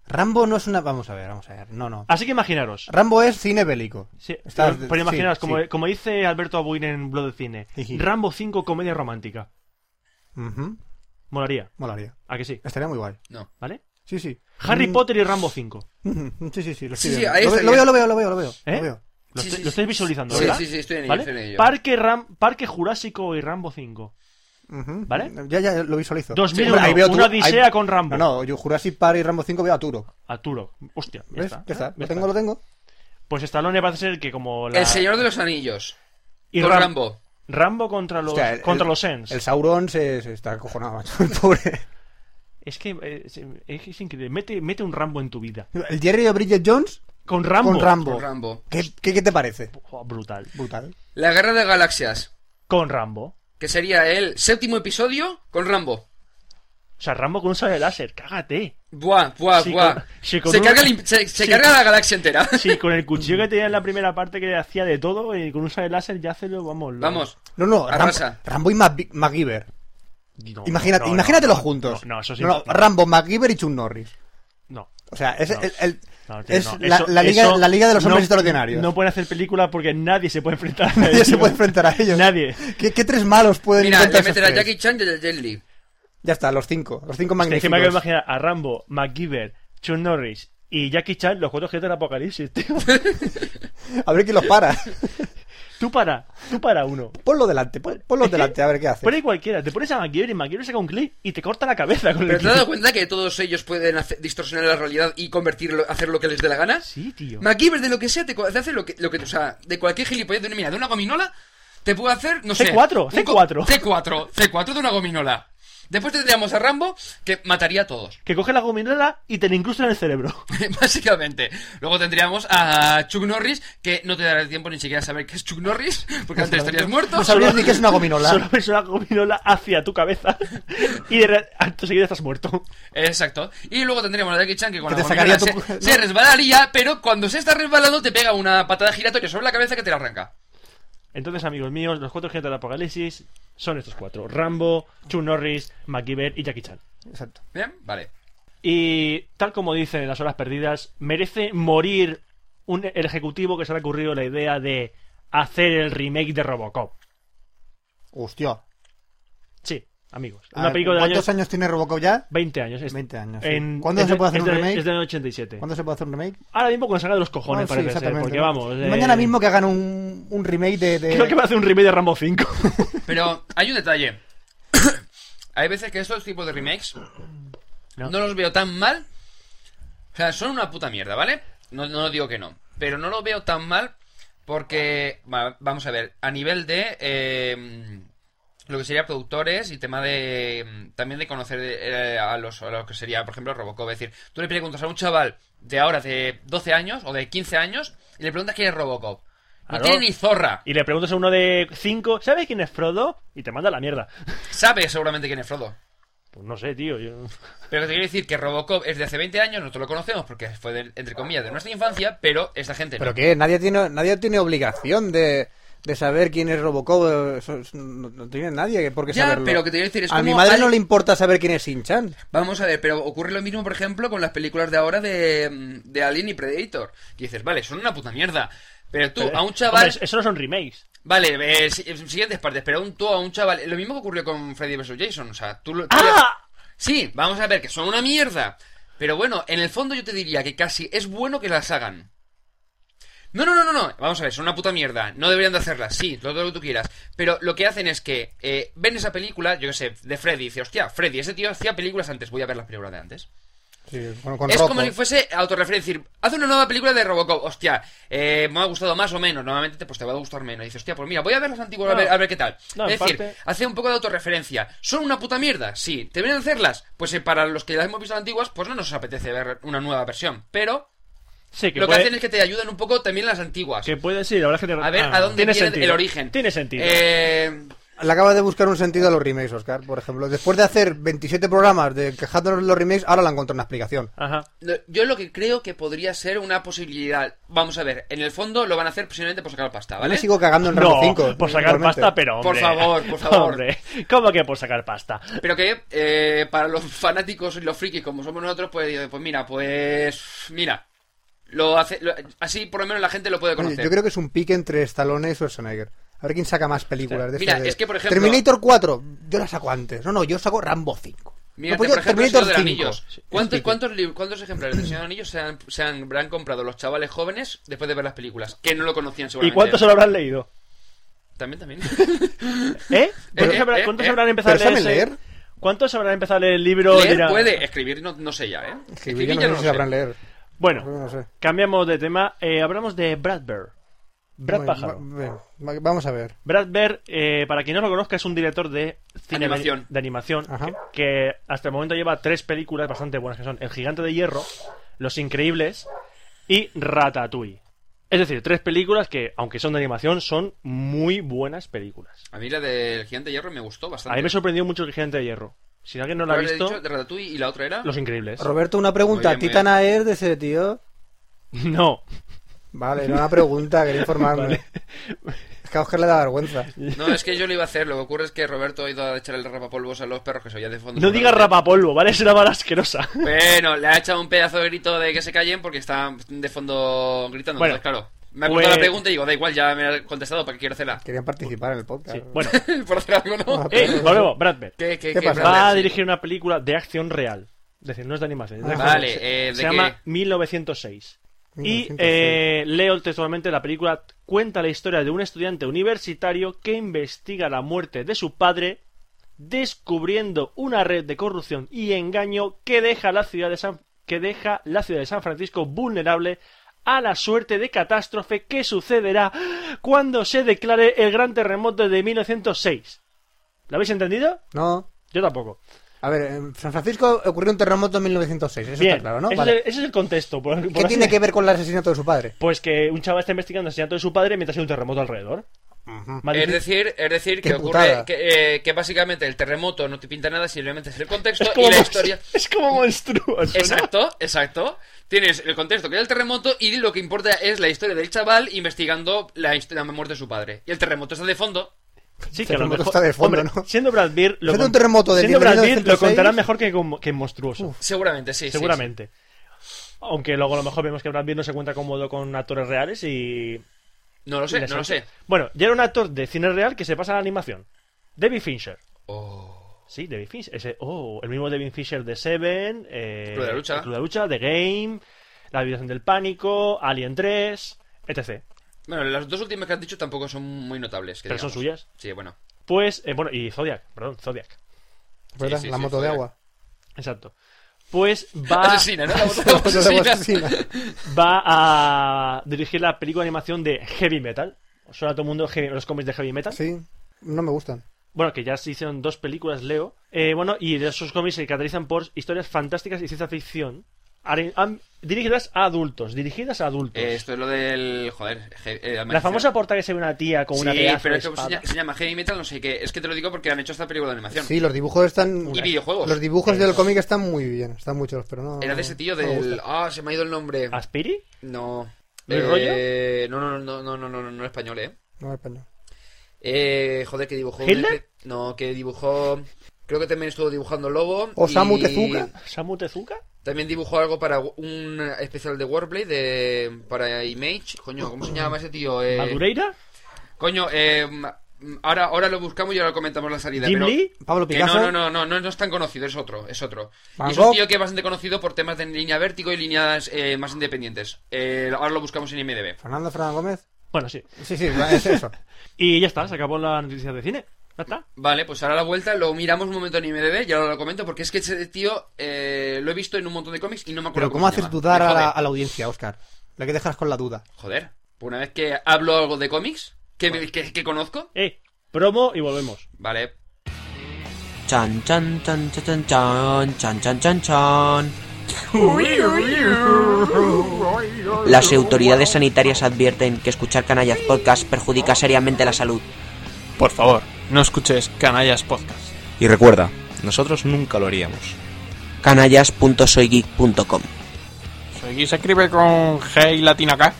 Rambo no es una. Vamos a ver, vamos a ver. No, no. Así que imaginaros. Rambo es cine bélico. Sí, Estás- pero, pero imaginaros, sí, como, sí. como dice Alberto Abuin en Blog de [laughs] Cine, Jiji. Rambo 5 comedia romántica. Ujú. Molaría, Molaría. ¿a que sí? Estaría muy guay. No. ¿Vale? Sí, sí. Harry Mm, Potter y Rambo 5. ujú. Sí, sí, sí. Lo, estoy Sí, sí, viendo. ahí Lo ve- estaría. lo veo, lo veo, lo veo, lo veo. ¿Eh? Lo veo. Lo, Sí, estoy- lo sí, sí. estáis visualizando, Sí, ¿verdad? sí, sí, estoy en ello, ¿Vale? estoy en ello. Parque, Ram- Parque Jurásico y Rambo 5. Ujú. ¿Vale? Ya, ya lo visualizo. 2001, Hombre, ahí veo una Turo- ahí- odisea con Rambo. No, no, yo Jurassic Park y Rambo 5 veo a Turo. Arturo. Hostia, ya ¿Ves? está. Ya está. ¿eh? Lo Ya tengo, lo está. tengo. Pues Stallone parece ser que como la... El Señor de los Anillos. y con Ram- Rambo. Rambo contra los, Hostia, el- contra el- los Sens. El Sauron se, se está acojonado, macho. El pobre. [laughs] Es que eh, es, es increíble. Mete, mete un Rambo en tu vida. El Jerry de Bridget Jones Con Rambo. con Rambo. Con Rambo. ¿Qué, qué, qué te parece? Buah, brutal. Brutal. La Guerra de Galaxias. Con Rambo. Que sería el séptimo episodio con Rambo. O sea, Rambo con un sable láser. Cágate. Buah, buah, Si buah. con- si con se un- carga, el imp- se, se si- carga la galaxia entera. Sí, con el cuchillo que tenía en la primera parte que hacía de todo y con un sable láser ya hace lo... Vamos. lo- [laughs] Vamos. No, no, Rambo, Arrasa. Rambo y Mac- MacGyver. No, Imagínate, no, no, imagínatelo no, juntos. No, no, eso sí. No, no, Rambo, MacGyver y Chuck Norris. no. O sea, es, No. el- el- No, tío, es no. la, Eso- la liga, eso la liga de los no- hombres extraordinarios. No pueden hacer película porque nadie se puede enfrentar a [laughs] Nadie ellos. se puede enfrentar a ellos. Nadie. ¿Qué, qué tres malos pueden Mira, inventar le esos meter a tres? Jackie Chan y a Jet Li. Ya está, los cinco. Los cinco Es que magníficos. encima que me imaginar a Rambo, MacGyver, Chuck Norris y Jackie Chan, los cuatro jefes del apocalipsis, tío. A ver quién los para. [laughs] Tú para, tú para uno. Ponlo delante, pon- ponlo delante, a ver qué hace. Pone cualquiera, te pones a MacGyver y MacGyver saca un clip y te corta la cabeza con ¿Pero el te has dado clip. cuenta que todos ellos pueden hacer- distorsionar la realidad y convertirlo, hacer lo que les dé la gana? Sí, tío. MacGyver de lo que sea te, co- te hace lo que, lo que... O sea, de cualquier gilipollas, de una, mira, de una gominola, te puede hacer, no sé... C4, un co- C4. C4, C4 de una gominola. Después tendríamos a Rambo, que mataría a todos, [laughs] Que coge la gominola y te la incrusta en el cerebro. básicamente. Luego tendríamos a Chuck Norris, que no te dará tiempo ni siquiera a saber qué es Chuck Norris, porque antes estarías muerto. No sabrías ni qué es una gominola. Solo ves una gominola hacia tu cabeza y de re- acto seguido estás muerto. Exacto. Y luego tendríamos a Jackie Chan que con Que la te gominola sacaría se, tu- se resbalaría, pero cuando se está resbalando te pega una patada giratoria sobre la cabeza que te la arranca. Entonces, amigos míos, los cuatro jefes del apocalipsis son estos cuatro: Rambo, Chuck Norris, MacGyver y Jackie Chan. Exacto. ¿Bien? Vale. Y tal como dicen en las horas perdidas, merece morir un, el ejecutivo que se le ha ocurrido la idea de hacer el remake de Robocop. Hostia. Sí, amigos. A Una ver, película del año ¿Cuántos años tiene Robocop ya? 20 años. es- 20 años, sí. en- ¿Cuándo es se de- puede hacer es un de- remake? Es del año 87. ¿Cuándo se puede hacer un remake? Ahora mismo con saga de los cojones, No, sí, parece ser, exactamente. porque vamos... eh, Mañana mismo que hagan un, un remake de. de- Creo que va a hacer un remake de Rambo 5. Pero hay un detalle. hay veces que estos tipos de remakes No. no. los veo tan mal. O sea, son una puta mierda, ¿vale? No, no digo que no. Pero no lo veo tan mal porque, va- vamos a ver, a nivel de eh, lo que sería productores y tema de mm, también de conocer eh, a, los, a los que sería, por ejemplo, Robocop. Es decir, tú le preguntas a un chaval de ahora de 12 años o de 15 años y le preguntas quién es Robocop. No Claro. tiene ni zorra. [laughs] y le preguntas a uno de 5, ¿sabes quién es Frodo? Y te manda a la mierda. Sabe seguramente quién es Frodo. Pues no sé, tío. Yo... Pero te quiero decir que Robocop es de hace 20 años, nosotros lo conocemos porque fue, de- entre comillas, de nuestra infancia, pero esta gente no. ¿Pero qué? Nadie tiene, nadie tiene obligación de, de saber quién es Robocop. eh, eso es- no, no tiene nadie por qué Ya, saberlo. pero que te quiero decir, es A como mi madre al- no le importa saber quién es Shin-Chan. Vamos a ver, pero ocurre lo mismo, por ejemplo, con las películas de ahora de, mm, de Alien y Predator. Y dices, vale, son una puta mierda. Pero [laughs] tú, a un chaval... Hombre, eso no son remakes. Vale, eh, si- eh, siguientes partes, pero un, tú a un chaval... Lo mismo que ocurrió con Freddy vs. Jason, o sea, tú... lo- tú ¡Ah! Sí, vamos a ver, que son una mierda. Pero bueno, en el fondo yo te diría que casi es bueno que las hagan. No, no, no, no, no. Vamos a ver, son una puta mierda. No deberían de hacerlas, sí, todo lo que tú quieras. Pero lo que hacen es que eh, ven esa película, yo qué sé, de Freddy, y dice, hostia, Freddy, ese tío hacía películas antes, voy a ver las películas de antes. Sí, con, con es Rocco. como si fuese autorreferencia. decir, Haz una nueva película de Robocop. Hostia, eh, me ha gustado más o menos. Normalmente te, pues, te va a gustar menos. Y dices, hostia, pues mira, voy a ver las antiguas a, No. ver, a ver qué tal. No, es en decir, parte- hace un poco de autorreferencia. ¿Son una puta mierda? Sí. ¿Te vienen a hacerlas? Pues eh, para los que las hemos visto las antiguas, pues no nos apetece ver una nueva versión. Pero Sí, que lo puede- que hacen es que te ayudan un poco también las antiguas. Que puede sí, la verdad es que te- A ver ah, a dónde tiene viene sentido. el origen. Tiene sentido. Eh, Le acabas de buscar un sentido a los remakes, Oscar, por ejemplo. Después de hacer 27 programas de quejándonos de los remakes, ahora la encontrado una explicación. Ajá. Yo lo que creo que podría ser una posibilidad. Vamos a ver, en el fondo lo van a hacer posiblemente por sacar pasta, Yo ¿vale? Me sigo cagando en No, Rambo 5. por sacar igualmente. pasta, pero hombre. Por favor, [laughs] por favor. Hombre, ¿cómo que por sacar pasta? Pero que eh, para los fanáticos y los frikis como somos nosotros, pues, digo, pues mira, pues mira, lo hace, lo- así por lo menos la gente lo puede Oye, conocer. yo creo que es un pique entre Stallone y Schwarzenegger. A ver quién saca más películas. De Mira, estas de- es que, por ejemplo- Terminator 4, yo la saco antes. No, no, yo saco Rambo 5. Mira, No, pues por yo ejemplo, el Señor de los Anillos. 5. ¿Cuántos, Sí, cuántos, li- cuántos ejemplares del Señor de los Anillos se han, se han, habrán comprado los chavales jóvenes después de ver las películas? Que no lo conocían ¿Y seguramente. cuántos se lo habrán leído? [laughs] También, también. ¿Eh? ¿Cuántos, eh, habrán, eh, cuántos eh. habrán empezado a ¿Pero leer? saben ese- leer? ¿Cuántos habrán empezado a leer el libro? leer Dirá- puede, escribir no, no sé ya, ¿eh? Sí, yo no ya sé si lo sabrán leer. Bueno, Yo no sé. cambiamos de tema. Eh, hablamos de Brad Bird. Brad Bueno, Pájaro. va- bien, va- Vamos a ver. Brad Bird, eh, para quien no lo conozca, es un director de cine Animación. de animación Ajá. que, que hasta el momento lleva tres películas bastante buenas que son El Gigante de Hierro, Los Increíbles y Ratatouille. Es decir, tres películas que, aunque son de animación, son muy buenas películas. A mí la del Gigante Hierro me gustó A bastante. mí me sorprendió mucho El Gigante de Hierro. Si alguien no lo ha Haberle visto, dicho de Ratatouille y la otra era... Los Increíbles. Roberto, una pregunta. Muy bien, muy ¿Titana Air de ese tío? No. Vale, era una pregunta, quería informarme. Vale. Es que a Oscar le da vergüenza. No, es que yo lo iba a hacer. Lo que ocurre es que Roberto ha ido a echar el rapapolvos a los perros que se oía de fondo. No digas rapapolvo, ¿vale? Es una bala asquerosa. Bueno, le ha echado un pedazo de grito de que se callen porque están de fondo gritando. Bueno, entonces, claro. Me ha pues- cortado la pregunta y digo, da igual, ya me ha contestado para qué quiero hacerla. [laughs] Querían participar en el podcast. Sí, Bueno, Por hacer algo, ¿no? eh, volvemos, Brad Bird. ¿Qué, qué, ¿Qué pasa? Brad Va a Pitt? dirigir una película de acción real. Es decir, no es de animación. es de Ah. acción Vale, real. eh, ¿de se qué? llama 1906. Y 1906. eh, leo textualmente la película. Cuenta la historia de un estudiante universitario que investiga la muerte de su padre, descubriendo una red de corrupción y engaño que deja la ciudad de San, que deja la ciudad de San Francisco vulnerable a la suerte de catástrofe que sucederá cuando se declare el gran terremoto de 1906. ¿Lo habéis entendido? No. Yo tampoco. A ver, en San Francisco ocurrió un terremoto en 1906, eso Bien, está claro, ¿no? ese, Vale. es el, ese es el contexto. por- por ¿Qué así tiene de- que ver con el asesinato de su padre? Pues que un chaval está investigando el asesinato de su padre mientras hay un terremoto alrededor. Más Es difícil- decir, es decir Qué que ocurre putada. que, eh, que básicamente el terremoto no te pinta nada, simplemente es el [laughs] contexto es, y como la mon- historia. [laughs] es como monstruoso. ¿no? Exacto, exacto. Tienes el contexto que era el terremoto y lo que importa es la historia del chaval investigando la, hist- la muerte de su padre. Y el terremoto está de fondo. Sí, El que a lo terremoto mejor- está de fondo, hombre, ¿no? Siendo Brad Bird, lo, Hacer un terremoto de siendo Brad Bird, lo 1906. contará mejor que, con- que en monstruoso. Seguramente, sí. sí, seguramente. Aunque luego a lo mejor vemos que Brad Bird no se cuenta cómodo con actores reales y. sí. No lo y sé, les no lo hace- sé. Bueno, ya era un actor de cine real que se pasa a la animación. David Fincher. Sí, David Fincher. Ese, oh, el mismo David Fincher de Seven, eh, Club de la Lucha. el Club de la Lucha, The Game, La Habitación del Pánico, Alien 3, etc. Bueno, las dos últimas que has dicho tampoco son muy notables. que Pero son digamos. suyas. Sí, bueno. Pues, eh, bueno, y Zodiac, perdón, Zodiac. ¿Verdad? Sí, sí, la sí, moto de joder. agua. Exacto. [laughs] Pues va, Asesina, ¿no? [laughs] [laughs] La moto moto de agua asesina. asesina. va a dirigir la película de animación de Heavy Metal. ¿Os Suena a todo el mundo heavy- los cómics de Heavy Metal. Sí, no me gustan. Bueno, que ya se hicieron dos películas, Leo. Eh, bueno, y de esos cómics se caracterizan por historias fantásticas y ciencia ficción. are- am- Dirigidas a adultos, dirigidas a adultos. [laughs] Eh, esto es lo del. Joder. je- eh, La famosa porta que se ve una tía con una Sí, pedazo pero de es que espada. se, llama- se llama Heavy Metal, no sé qué. Es que te lo digo porque han hecho esta película de animación. Sí, los dibujos están... Y videojuegos. Los dibujos del Eso. cómic están muy bien, están muy chulos, pero no... Era de ese tío no me del. gusta. Ah, se me ha ido el nombre. ¿Aspiri? No. ¿Luis eh, no, no, no, no, no, no, no, no español, eh. No, español. Eh, joder, que dibujó. un- ¿Hitler? No, que dibujó. Creo que también estuvo dibujando Lobo. ¿Osamu y Tezuka? ¿Samu Tezuka? También dibujó algo para un especial de Warplay de para Image. Coño, ¿cómo se llama ese tío? Eh, ¿Madureira? Coño, eh, ahora, ahora lo buscamos y ahora comentamos la salida. ¿Jim pero- Lee? ¿Pablo Que no, Picasso? no, no, no, no, no es tan conocido, es otro, es otro. Van Y es un Gogh. tío que es bastante conocido por temas de línea vértigo y líneas eh, más independientes. Eh, ahora lo buscamos en IMDB. ¿Fernando Fernández Gómez? Bueno, sí. [laughs] Sí, sí, es eso. Y ya está, se acabó la noticia de cine. ¿Ya está? Vale, pues ahora a la vuelta lo miramos un momento en IMDb y ahora lo comento porque es que ese tío eh, lo he visto en un montón de cómics y no me acuerdo. Pero ¿cómo pues se haces llama. dudar Me a la, jode. a la audiencia, Oscar? La que dejas con la duda. Joder, pues una vez que hablo algo de cómics que, que- que conozco, Eh, promo y volvemos. vale. Chan, chan, chan, chan, chan, chan, chan, chan, chan. Las autoridades sanitarias advierten que escuchar Canallas Podcast perjudica seriamente la salud. Por favor, no escuches Canallas Podcast. Y recuerda, nosotros nunca lo haríamos. Canallas.soygeek.com Soy se escribe con G y latina acá.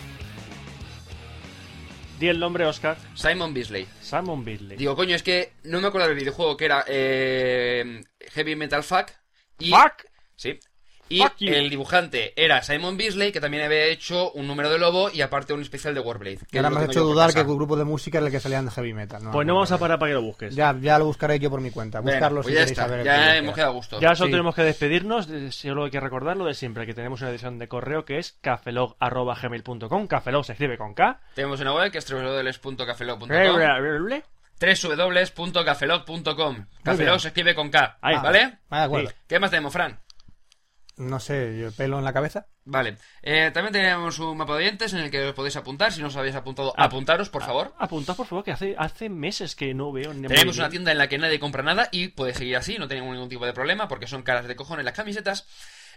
Di el nombre, Oscar. Simon Beasley. Simon Beasley. Digo, coño, es que no me acuerdo del videojuego que era eh, Heavy Metal Fuck. Y, ¡Fuck! Sí. Y Fuck you. el dibujante era Simon Beasley, que también había hecho un número de Lobo y aparte un especial de Warblade. que Ahora lo me has tengo hecho yo por dudar casa. que tu grupo de música era el que salían de heavy metal. Pues no vamos a parar para que lo busques. Ya, Ya, ya lo buscaré yo por mi cuenta. Bueno, Buscarlo pues si ya queréis está, saber. el ya que hemos sea. quedado a gusto. solo Sí. tenemos que despedirnos. eh, Solo hay que recordar lo de siempre, que tenemos una edición de correo que es cafelog.gmail.com. Cafelog se escribe con K. Tenemos una web que es www.cafelog.com. Ahí, www.cafelog.com. bien. Cafelog se escribe con K. Ahí. ¿Vale? Ah, de acuerdo. Sí. ¿Qué más tenemos, Fran? No sé, yo pelo en la cabeza. Vale. Eh, también tenemos un mapa de dientes en el que os podéis apuntar. Si no os habéis apuntado, Ah. apuntaros, por favor. Apuntad, por favor, que hace, hace meses que no veo ni Tenemos muy una bien. tienda en la que nadie compra nada y puede seguir así, no tenemos ningún tipo de problema porque son caras de cojones las camisetas.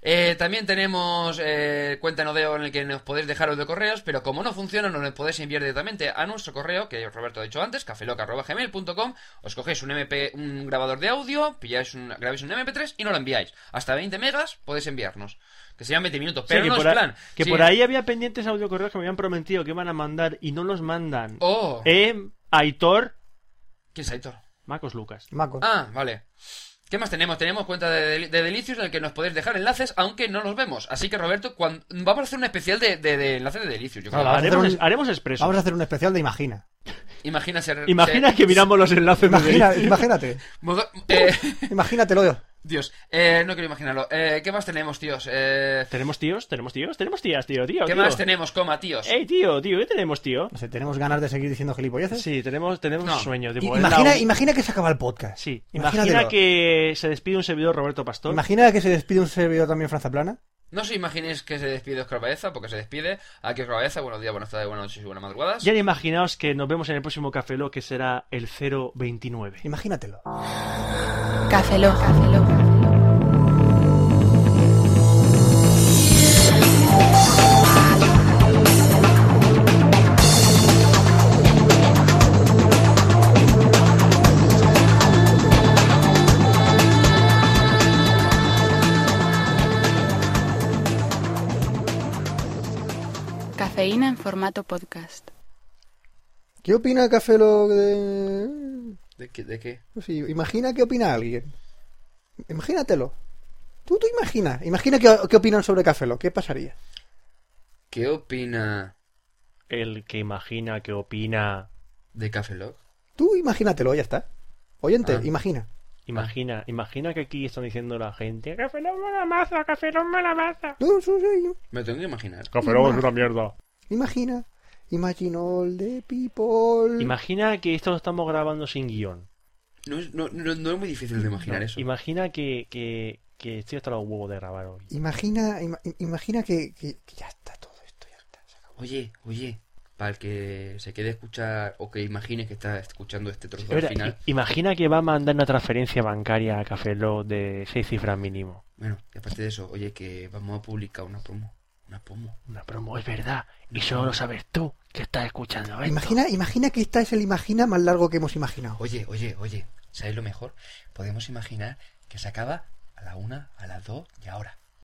Eh, también tenemos eh, cuenta en Odeo en el que nos podéis dejaros de correos, pero como no funciona, nos lo podéis enviar directamente a nuestro correo, que Roberto ha dicho antes, cafeloca.gmail.com. Os cogéis un, MP, un grabador de audio, pilláis un, grabáis un MP3 y no lo enviáis. Hasta 20 megas podéis enviarnos. Que serían 20 minutos, Sí, pero que no por es ahí- plan. que Sí. por ahí había pendientes audio correos que me habían prometido que iban a mandar y no los mandan. Oh, Eh, Aitor, ¿quién es Aitor? Marcos Lucas. Maco. Ah, vale. ¿Qué más tenemos? Tenemos cuenta de, de, de Delicios en el que nos podéis dejar enlaces, aunque no los vemos. Así que, Roberto, cuan- vamos a hacer un especial de, de- de enlaces de Delicios. Yo creo. Vamos a hacer haremos, un- es- haremos expreso. Vamos a hacer un especial [laughs] de Imagina. Imagina ser. Imagina ser- que miramos los enlaces Imagina, de imagínate. Modo- eh, [laughs] Imagínatelo yo. Dios, eh, no quiero imaginarlo. Eh, ¿Qué más tenemos, tíos? Eh, Tenemos tíos, tenemos tíos, tenemos tías, tío, tío. ¿Qué tío? más tenemos, coma, tíos? Ey, tío, tío, ¿qué tenemos, tío? No sé, tenemos ganas de seguir diciendo gilipolleces. Sí, tenemos, tenemos No. un sueño. I- tipo, es la Imagina, un- imagina que se acaba el podcast. Sí, imagina Imagínatelo. que se despide un servidor Roberto Pastor. Imagina que se despide un servidor también Franza Plana. No os imaginéis que se despide Oscar Baeza, porque se despide. Aquí Oscar Baeza, buenos días, buenas tardes, buenas noches y buenas madrugadas. Y ahora imaginaos que nos vemos en el próximo Café Lock, que será el 029. Imagínatelo. Café Lock. Cafeína en formato podcast. ¿Qué opina Café Lock de.? ¿De qué? de qué? Sí, imagina qué opina alguien. Imagínatelo. Tú, tú imagina. Imagina qué, qué opinan sobre Café Lock. ¿Qué pasaría? ¿Qué opina El que imagina, que opina, de Café Lock? Tú imagínatelo, ya está. Oyente, Ah. imagina. imagina, imagina que aquí están diciendo la gente: Café Lock mala maza, Café Lock mala maza. No, no sé, Me lo tengo que imaginar. Café Lock es una mierda. Imagina. Imagine all the people. Imagina que esto lo estamos grabando sin guión. No es, no, no- no es muy difícil de imaginar eso. Imagina que, que, que estoy hasta los huevos de grabar hoy. imagina ima- imagina que, que- que ya está todo esto. Ya está, se acabó. Oye, oye, para el que se quede escuchar o que imagine que está escuchando este trozo al Espera, eh. final. i- imagina que va a mandar una transferencia bancaria a Café Lock de seis cifras mínimo. Bueno, y aparte de eso, oye, que vamos a publicar una promo. Una promo. Una promo, es verdad. Y solo lo sabes tú que estás escuchando esto. Imagina, imagina que esta es el imagina más largo que hemos imaginado. Oye, oye, oye, ¿sabéis lo mejor? Podemos imaginar que se acaba a la una, a las dos y ahora.